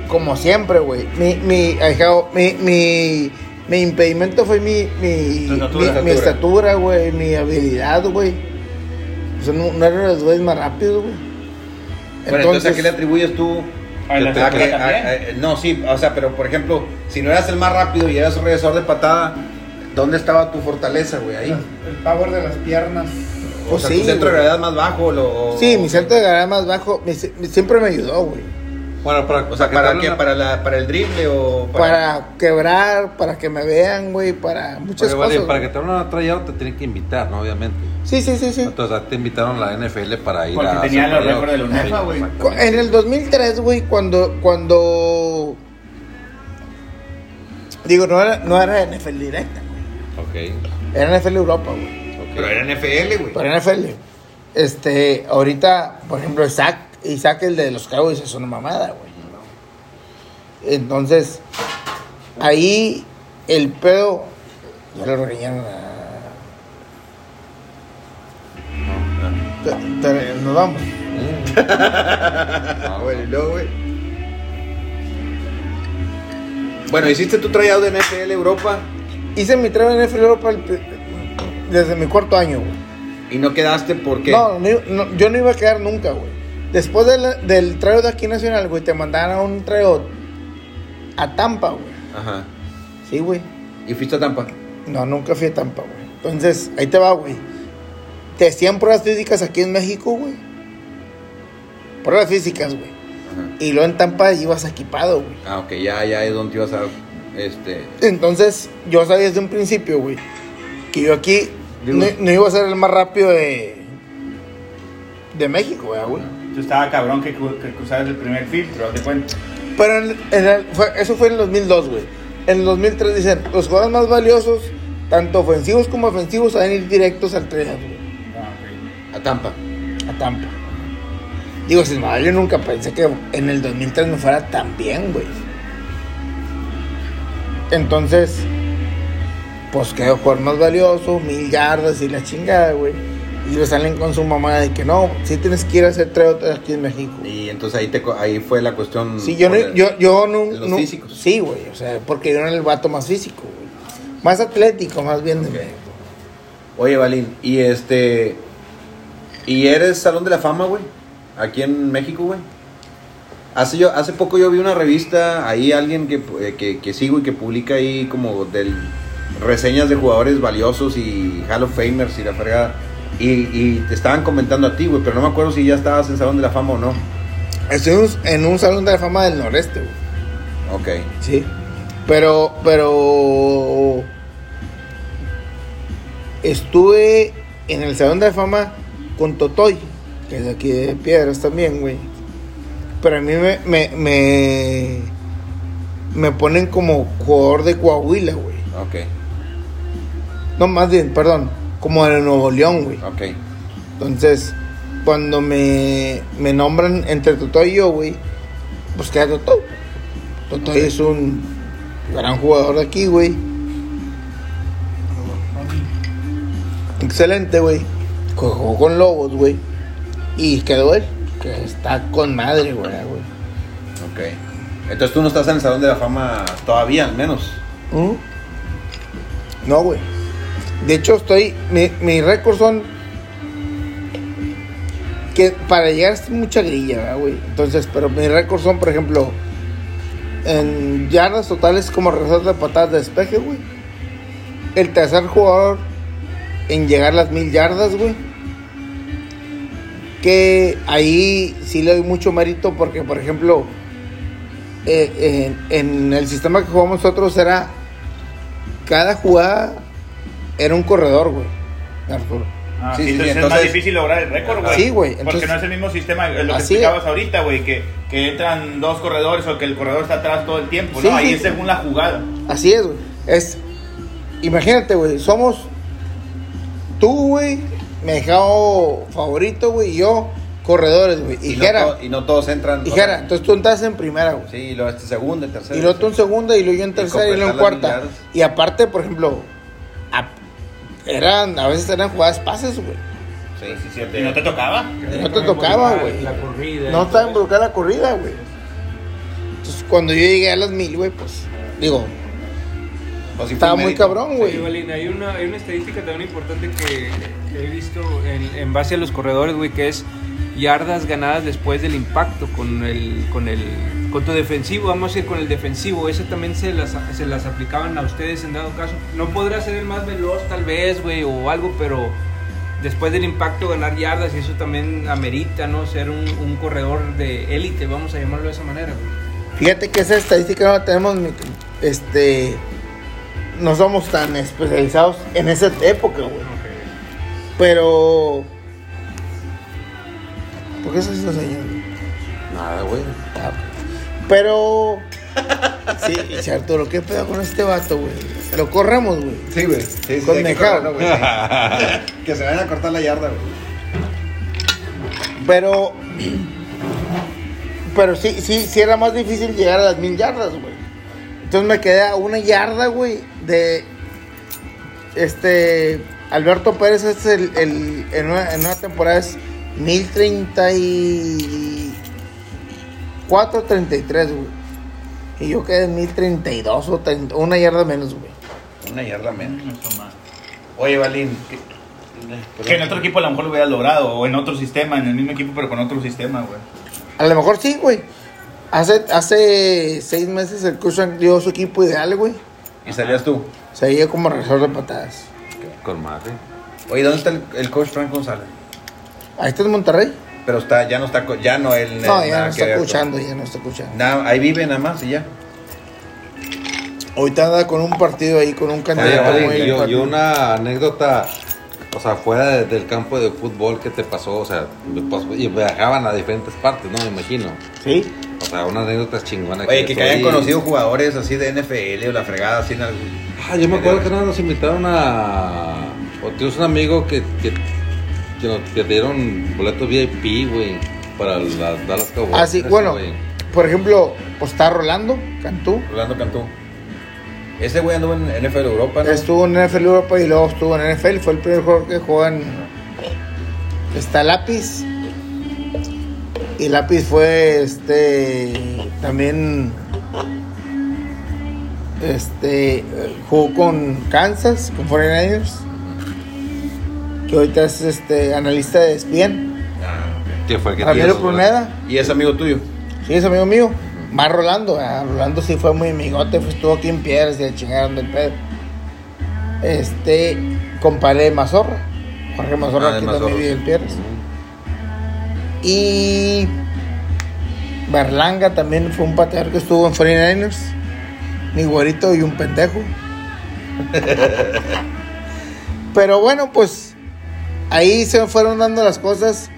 como siempre, güey, mi, mi, ajá, mi, mi, mi impedimento fue mi, mi, Tu estatura. mi- mi estatura, güey, mi habilidad, güey. O sea, no, no era de los güeyes más rápidos, güey. Bueno, entonces, ¿a qué le atribuyes tú? A la Que te- saca que- también. a- a- no, sí, o sea, pero por ejemplo, si no eras el más rápido y eras un regresador de patada, ¿dónde estaba tu fortaleza, güey? Ahí. El power de las piernas. O Ah. Pues sea, sí, tu centro de güey. gravedad más bajo. Lo, Sí, mi centro de gravedad más bajo mi- mi- siempre me ayudó, güey. Bueno, para, O sea, ¿para qué? ¿Para, la, ¿Para el drible o Para quebrar, para que me vean, güey, para muchas Oye, vale, cosas. para que güey. te hagan una tryout te tienen que invitar, ¿no? Obviamente. Sí, sí, sí, sí. Entonces a ti te invitaron a la NFL para ir Porque a... tenía hacer los tryout. récords de la UNEFA, Sí, güey. Cu- En el 2003, güey, cuando, cuando... Digo, no era, no era NFL directa, Ok, güey. era NFL Europa, güey. ok. Pero era NFL, güey. Pero NFL, este, ahorita, por ejemplo, Isaac, Isaac el de los Cowboys es una mamada, güey. Entonces, ahí el pedo, ya lo regañaron a- Te- te- Nos vamos. Ah, bueno, y luego, güey. Bueno, hiciste tu tryout en NFL Europa Hice mi trabajo en NFL Europa el pri- desde mi cuarto año, güey. y no quedaste porque. No, no iba- no, yo no iba a quedar nunca, güey. Después de la- del tryout aquí nacional, güey, te mandaron a un tryout a Tampa, güey. Ajá. Sí, güey. Y fuiste a Tampa. No, nunca fui a Tampa, güey. Entonces, ahí te va, güey. Te hacían pruebas físicas aquí en México, güey. Pruebas físicas, güey. Ajá. Y luego en Tampa ibas equipado, güey. Ah, ok, ya, ya es donde ibas a. Este. Entonces, yo sabía desde un principio, güey, que yo aquí no, no iba a ser el más rápido de, de México, güey, güey. Tú estaba cabrón que, cru- que cruzabas el primer filtro, haz de cuenta. Pero en- en el- fue- eso fue en el 2002, güey. en el 2003 dicen, los jugadores más valiosos, tanto ofensivos como ofensivos, a ir directos al tryout, güey, A Tampa. a Tampa. Digo, sin madre, yo nunca pensé que en el 2003 me fuera tan bien, güey. Entonces, pues quedó jugador más valioso, mil yardas y la chingada, güey. Y le salen con su mamá de que no, si tienes que ir a hacer tryout aquí en México. Y entonces ahí, te, co- ahí fue la cuestión. Sí, yo no, con Mm, el- yo, yo no, de los no- físicos. Sí, güey, o sea, porque yo era el vato más físico, güey. Más atlético, más bien. de- Oye, Valín, y este. ¿Y eres Salón de la Fama, güey? Aquí en México, güey. Hace, yo, hace poco yo vi una revista, ahí alguien que, eh, que, que sigo y que publica ahí como del, reseñas de jugadores valiosos y Hall of Famers y la fregada. Y, y te estaban comentando a ti, güey, pero no me acuerdo si ya estabas en Salón de la Fama o no. Estuvimos en un salón de la fama del noreste, güey. Ok. Sí. Pero, pero. Estuve en el salón de la fama con Totoy, que es de aquí de Piedras también, güey. Pero a mí me. Me, me, me ponen como jugador de Coahuila, güey. Ok, No, más bien, perdón. Como de Nuevo León, güey. ok. Entonces, cuando me, me nombran entre Totoy y yo, güey, pues queda Totoy. Totoy es un gran jugador de aquí, güey. Excelente, güey. Jugó con Lobos, güey. Y quedó él, que está con madre, güey. güey. Ok. Entonces tú no estás en el Salón de la Fama todavía, al menos. ¿Mm? No, güey. De hecho, estoy. Mi, mi récord son. Que para llegar es mucha grilla, ¿verdad, güey. Entonces, pero mi récord son, por ejemplo, en yardas totales como regresar de patadas de despeje, güey. El tercer jugador en llegar a las mil yardas, güey. Que ahí sí le doy mucho mérito porque, por ejemplo, eh, en, en el sistema que jugamos nosotros era cada jugada era un corredor, güey. Arturo. Ah, Sí, sí, sí, sí, entonces, es más entonces- difícil lograr el récord, güey. Sí, güey, Porque entonces- no es el mismo sistema, eh, lo que Así- explicabas ahorita, güey, que, que entran dos corredores o que el corredor está atrás todo el tiempo, Sí, ¿no? Ahí sí. es según la jugada. Así es, güey. Es, imagínate, güey, somos tú, güey, mi dejado favorito, güey, y yo, corredores, güey. Y no Jera, to- y no todos entran. y o sea, Jera, entonces tú entras en primera, güey. Sí, y luego este segundo, el tercero. Y luego tú en sí. segunda y luego yo en tercera y luego en completar las cuarta. mil yardas. Y aparte, por ejemplo, a- eran, a veces eran jugadas pases, güey. Sí, sí, sí. ¿Y no te tocaba? No te tocaba, güey. La corrida. No y estaba todo eso. involucrada la corrida, güey. Entonces, cuando yo llegué a las mil, güey, pues, digo, Pues sí fue estaba un muy mérito. cabrón, Sí, güey. Valina, hay una, hay una estadística tan importante que que he visto en, en base a los corredores, güey, que es yardas ganadas después del impacto con el, con el, con tu defensivo, vamos a ir con el defensivo, esa también se las, se las aplicaban a ustedes en dado caso. No podrá ser el más veloz tal vez, güey, o algo, pero después del impacto ganar yardas y eso también amerita, ¿no? Ser un, un corredor de élite, vamos a llamarlo de esa manera, güey. Fíjate que esa estadística no la tenemos, mi- este, no somos tan especializados en esa época, güey. Pero, ¿por qué se hizo señal? Nada, güey. Ah, Pero, sí, sí, Arturo, ¿qué pedo con este vato, güey? Lo corremos, güey. Sí, güey. Sí, sí, Con hay que Mejao. correrlo, güey, sí. Que se vayan a cortar la yarda, güey. Pero. Pero sí, sí, sí era más difícil llegar a las mil yardas, güey. Entonces me quedé a una yarda, güey, de. Este. Alberto Pérez es el. el- en, una, en una temporada es 1034, 33, güey. Y yo quedé en 1032 o 30 una yarda menos, güey. Una yarda menos. Oye, Valín. ¿qué- Que en otro equipo a lo mejor lo hubieras logrado, o en otro sistema, en el mismo equipo, pero con otro sistema, güey. A lo mejor sí, güey. Hace, hace seis meses el Cruz dio su equipo ideal, güey. Y salías tú. Se veía como resorte de patadas. Con madre. Oye, ¿dónde está el, el coach Frank González? Ahí está en Monterrey. Pero está, ya no está, co- ya no él. No, eh, ya nada no que está ver con- escuchando, ya no está escuchando. Nada, ahí vive nada más y ya. Ahorita anda con un partido ahí, con un Oye, candidato oye, muy yo, yo partido. una anécdota, o sea, fuera de- del campo pues, de fútbol que te pasó, o sea, me pasó- y viajaban a diferentes partes, ¿no? Me imagino. Sí, O sea, una anécdota chingona. Oye, yo que, que tuve hayan ahí. conocido jugadores así de NFL o la fregada, así en algún. Ah, yo me acuerdo que una vez nos invitaron a. O tienes un amigo que, que, que nos que dieron boleto VIP, güey, para las Dallas Cowboys. Ah, sí, Ese, bueno, güey. por ejemplo, pues está Rolando Cantú. Rolando Cantú. Ese güey anduvo en NFL Europa, ¿no? Estuvo en NFL Europa y luego estuvo en NFL. Fue el primer jugador que jugó en. Está Lápiz. Y Lápiz fue este. También. Este. Jugó con Kansas, con 49ers. Que ahorita es este analista de ESPN. Ah, ok. Que fue el que te Ramiro hizo, güey. Pruneda. Y es amigo tuyo. Sí, es amigo mío. Más Rolando. ah, Rolando sí fue muy amigote. fue- estuvo aquí en Piedras y le chingaron del pedo. Este, comparé de Mazorra. Jorge Mazorra Ah, de aquí Mazorra, también vive sí. en Piedras. Y. Berlanga también fue un pateador que estuvo en 49ers. Mi güerito y un pendejo. Pero bueno, pues. Ahí se fueron dando las cosas.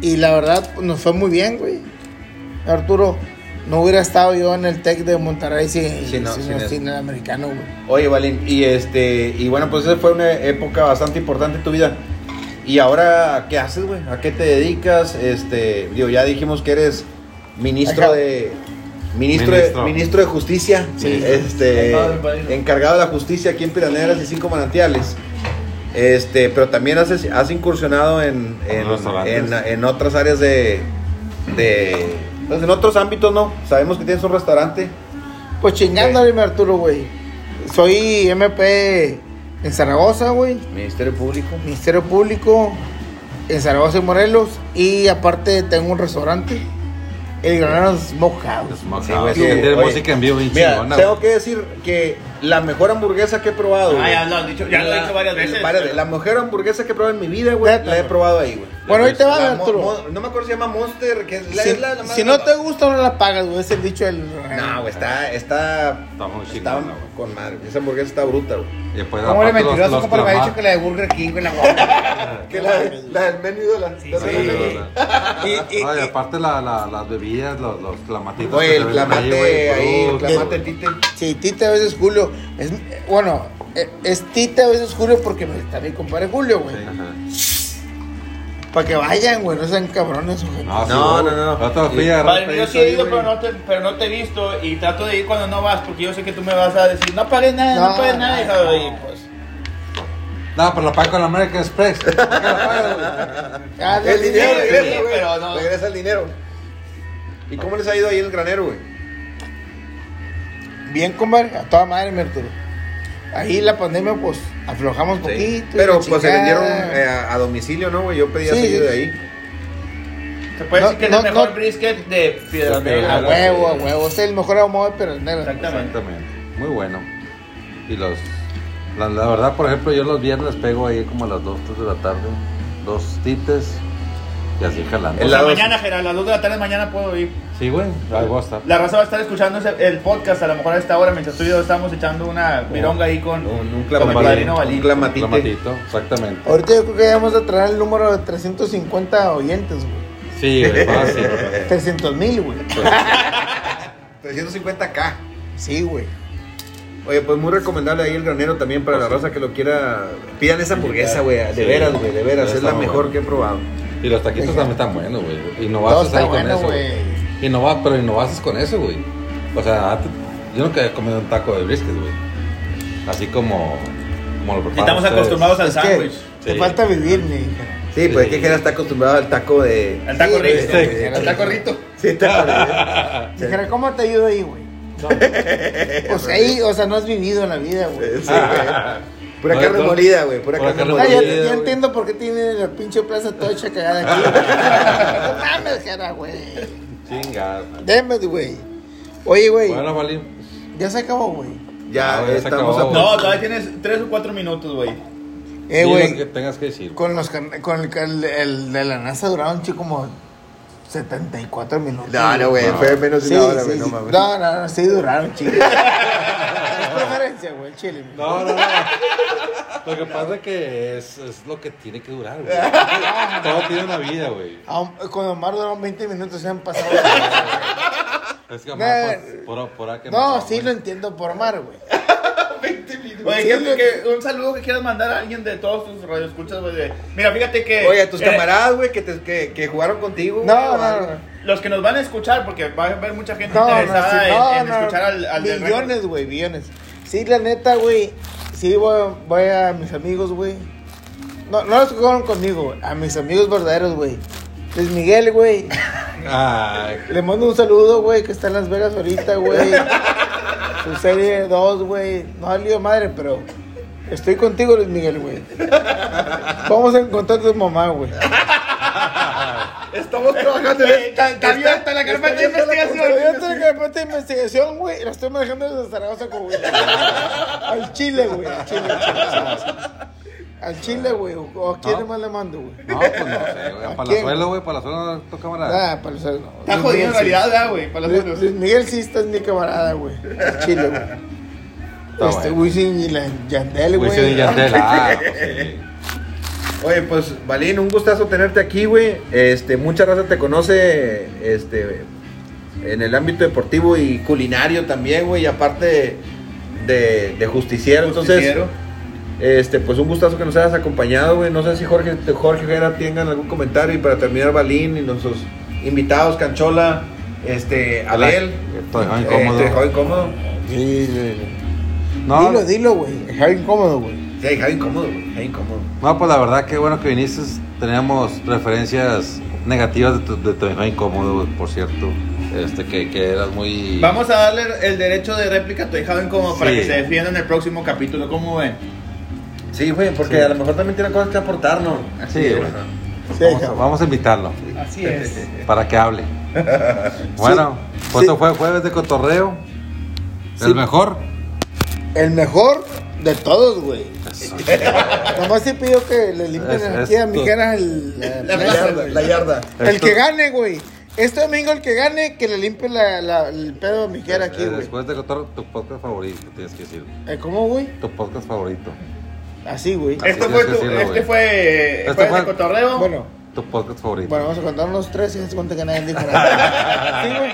Y la verdad, pues, nos fue muy bien, güey. Arturo, no hubiera estado yo en el TEC de Monterrey sin, Sí, no, sin- sin el- sin el americano, güey. Oye, Valín, y este, y bueno, pues esa fue una época bastante importante en tu vida. ¿Y ahora qué haces, güey? ¿A qué te dedicas? Este, digo, ya dijimos que eres ministro Ajá. de ministro, Ministro. De, ministro de justicia, Sí. este, Encargado del país. encargado de la justicia aquí en Piraneras y Cinco Manantiales. Este, pero también has, has incursionado en, en, Restaurantes. en- en otras áreas de, de pues, en otros ámbitos, ¿no? Sabemos que tienes un restaurante. Pues chingándole, mi Arturo, güey. Soy MP en Zaragoza, güey. Ministerio Público. Ministerio Público en Zaragoza y Morelos. Y aparte tengo un restaurante, el Granero Smokehouse. Smokehouse. Sí, güey, Sí, que sí. tiene Oye, música en vivo bien Mira, chingona, tengo güey. que decir que la mejor hamburguesa que he probado, güey. Ah, ya lo has dicho, ya lo he La- dicho varias veces. varias veces. La mejor hamburguesa que he probado en mi vida, güey, Neta, la he güey. probado ahí, güey. Bueno, Pues, ahí te va, La mo- Arturo. mo- no me acuerdo si se llama Monster, que es la, Si, es la- la más- si no te gusta, no la pagas, güey. Es el dicho del. No, güey, está, está, Está muy está chingona, güey. con madre. Esa hamburguesa está bruta, güey. Y después, ¿Cómo le aparte, los- mentiroso, los compa? Me ha clamados. dicho que la de Burger King, güey, la guapa. Que la, la del menú de la... de la- Sí, de la- güey. Y- y- No, y aparte la- la- las bebidas, los, los clamatitos. Oye, que el se venden ahí, güey, clamate ahí, el brutos, clamate güey. tite. Sí, Tita a veces Julio. Es, eh, bueno, eh, es Tita a veces Julio porque me- está mi compadre Julio, güey. Ajá. Para que vayan, güey. No sean cabrones, güey. No, sí, No, güey. no, no, no. La otra Sí. fui a Padre, Rappi, yo sí he güey. ido, pero no, te, pero no te he visto y trato de ir cuando no vas, porque yo sé que tú me vas a decir, no pagues nada, no, No, pagues nada, no, hijo", no. y pues... No, pero la pago con la American Express. Ah, El sí, dinero, sí, regresa, sí, güey. pero no. Regresa el dinero. ¿Y cómo les ha ido ahí en el granero, güey? Bien, compadre, a toda madre, mi Arturo. Ahí la pandemia, pues, aflojamos Sí. poquito. y Pero la pues se chingada. vendieron eh, a, a domicilio, ¿no, güey? Yo pedía Sí, seguido sí. de ahí. Se puede No, decir que no, es el mejor no. brisket de Piedras De Piedras A Negras. Negras. huevo, a huevo. Es el mejor ahumado de Piedras Negras. Exactamente. Exactamente. Muy bueno. Y los. La, la verdad, por ejemplo, yo los viernes pego ahí como a las 2, 3 de la tarde. Dos tites. Y así jalando. O El sea, lado- mañana, Gerard, a las 2 de la tarde mañana puedo ir. Sí, güey. Ahí voy a estar. La raza va a estar escuchando ese- el podcast a lo mejor a esta hora, mientras tú y yo estamos echando una vironga ahí con, Un, un con mi clamatito. padrino Un Valín. clamatito. Clamatito, exactamente. Ahorita yo creo que ya vamos a traer el número de 350 oyentes, güey. Sí, güey, fácil. 300 mil, güey. 350k. Sí, güey. Oye, pues muy recomendable ahí el granero también para la raza que lo quiera. Pidan esa hamburguesa, güey. De Sí. veras, güey. De veras. Ya Es la está mejor bueno. que he probado. Y los taquitos también están buenos, güey. Y no Todo vas está ahí con bueno, eso. güey. güey. Innova, pero innovaste con eso, güey. O sea, antes- yo nunca he comido un taco de brisket, güey. Así como, como lo preparan Y estamos ustedes. acostumbrados al Es que sándwich. te Sí. falta vivir, mi hija. Sí, pues Sí. es que Jera está acostumbrado al taco de. Al taco Sí, rico. güey, sí, Al taco rito. Sí, taco de. Dijera, ¿cómo te ayudo ahí, güey? O sea, ahí, o sea, no has vivido en la vida, güey. Sí, güey. Pura carne Oye, molida, güey. Pura pura carne carne Ah, ya, molida. molida. ya entiendo por qué tiene la pinche plaza toda hecha cagada aquí. No mames, cara, güey. Chinga. güey. Deme, güey. Oye, güey, Bueno, Valín. ya se acabó, güey. Ya Ah, güey, se estamos acabó, a No, todavía tienes 3 o 4 minutos, güey. Eh, di lo güey, que tengas que decir. con, los, can- con el, el, el de la NASA duraron chico como 74 minutos. No, no, güey. Fue menos de Sí, una hora, sí, güey. No sí. mames. No, no, no, sí duraron, chico. es preferencia, güey, chile. güey. No, no, no. Lo que pasa es que es, es lo que tiene que durar, güey. Todo tiene una vida, güey. A un- Con Omar duraron 20 minutos, se han pasado. Es que Nah. Omar, por, por, por acá que No, mató, sí güey. lo entiendo por Omar, güey. Oye, Sí, que- güey. que un saludo que quieras mandar a alguien de todos tus radioescuchas, güey. de- Mira, fíjate que. Oye, a tus eh, camaradas, güey, que, te- que, que jugaron contigo. güey, o No, no, algo. no. Los que nos van a escuchar, porque va a haber mucha gente No, no, sí, interesada en- no, en, no, escuchar al, al del billones, güey, billones. Sí, la neta, güey. Sí, voy, voy a mis amigos, güey. No, no los que jugaron conmigo, güey, a mis amigos verdaderos, güey. Luis Miguel, güey. Ay, Le mando un saludo, güey, que está en Las Vegas ahorita, güey. Su serie 2, güey. No ha lío madre, pero estoy contigo, Luis Miguel, güey. Vamos a encontrar a tu mamá, güey. Estamos trabajando. Eh, Está está está bien, abierta la carpeta de Pero yo investigación. tengo que parte de investigación, güey. y La estoy manejando desde Zaragoza, como güey. Al Chile, güey. Al Chile, al Chile, Zaragoza. Al Chile, güey. o- ¿O a quién No. más le mando, güey? No, pues no sé, güey. ¿A A quién? Palazuelo, güey, Palazuelo no toca cámara. Ah, para los- Está jodido en realidad, ¿verdad, güey. Para los Luis, otros. Luis Miguel sí está es mi camarada, güey. Al Chile, güey. Está este bueno. Wisin y la Yandel, güey. Wisin y Yandel, ah, pues sí. Oye, pues, Balín, un gustazo tenerte aquí, güey. Este, mucha raza te conoce, este, en el ámbito deportivo y culinario también, güey. Y aparte de, de justiciero. Entonces, Justiciero. este, pues un gustazo que nos hayas acompañado, güey. No sé si Jorge, Jorge Jera tengan algún comentario. Y para terminar, Balín y nuestros invitados, Canchola, este, Hola. Abel. Te dejó Eh, incómodo. Te dejó incómodo. Sí, güey. No, Dilo, dilo, güey. Está incómodo, güey. Te dejó incómodo, güey. Dejó incómodo. no, pues la verdad que bueno que viniste. Teníamos referencias negativas de tu, de tu hijo incómodo, güey, por cierto. Este, que, que eras muy... Vamos a darle el derecho de réplica a tu hija, ven, como para Sí. que se defienda en el próximo capítulo. ¿Cómo ven? Sí, güey, porque Sí. a lo mejor también tiene cosas que aportarnos. Sí, güey. Sí, Vamos a, cabrón. vamos a invitarlo Así es. para que hable. Bueno, pues sí. esto fue Jueves de Cotorreo. Sí. El mejor. El mejor de todos, güey. Eso. Nomás te pido que le limpien Es- aquí a es mi tu- cara el, La la plaza, yarda, güey. la yarda. El Es que tu- gane, güey. Este domingo el que gane, que le limpie la, la- el pedo a mi cara aquí, Eh, güey. Después de Cotorreo, tu podcast favorito, tienes que decir. Eh, ¿Cómo, güey? Tu podcast favorito. Así, güey. Así Esto tienes fue que tu- decirlo, este güey. fue. Este Jueves de fue- cotorreo. Bueno, Tu podcast favorito. bueno, vamos a contar unos tres y se cuenta que nadie dijo nada. ¿Sí, güey?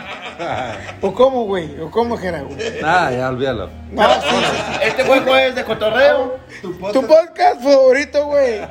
¿O cómo, güey? ¿O cómo, Jera, güey? Nada, Ah, ya olvídalo. No, sí, sí, sí. Este fue jueves de cotorreo. Tu podcast favorito, güey.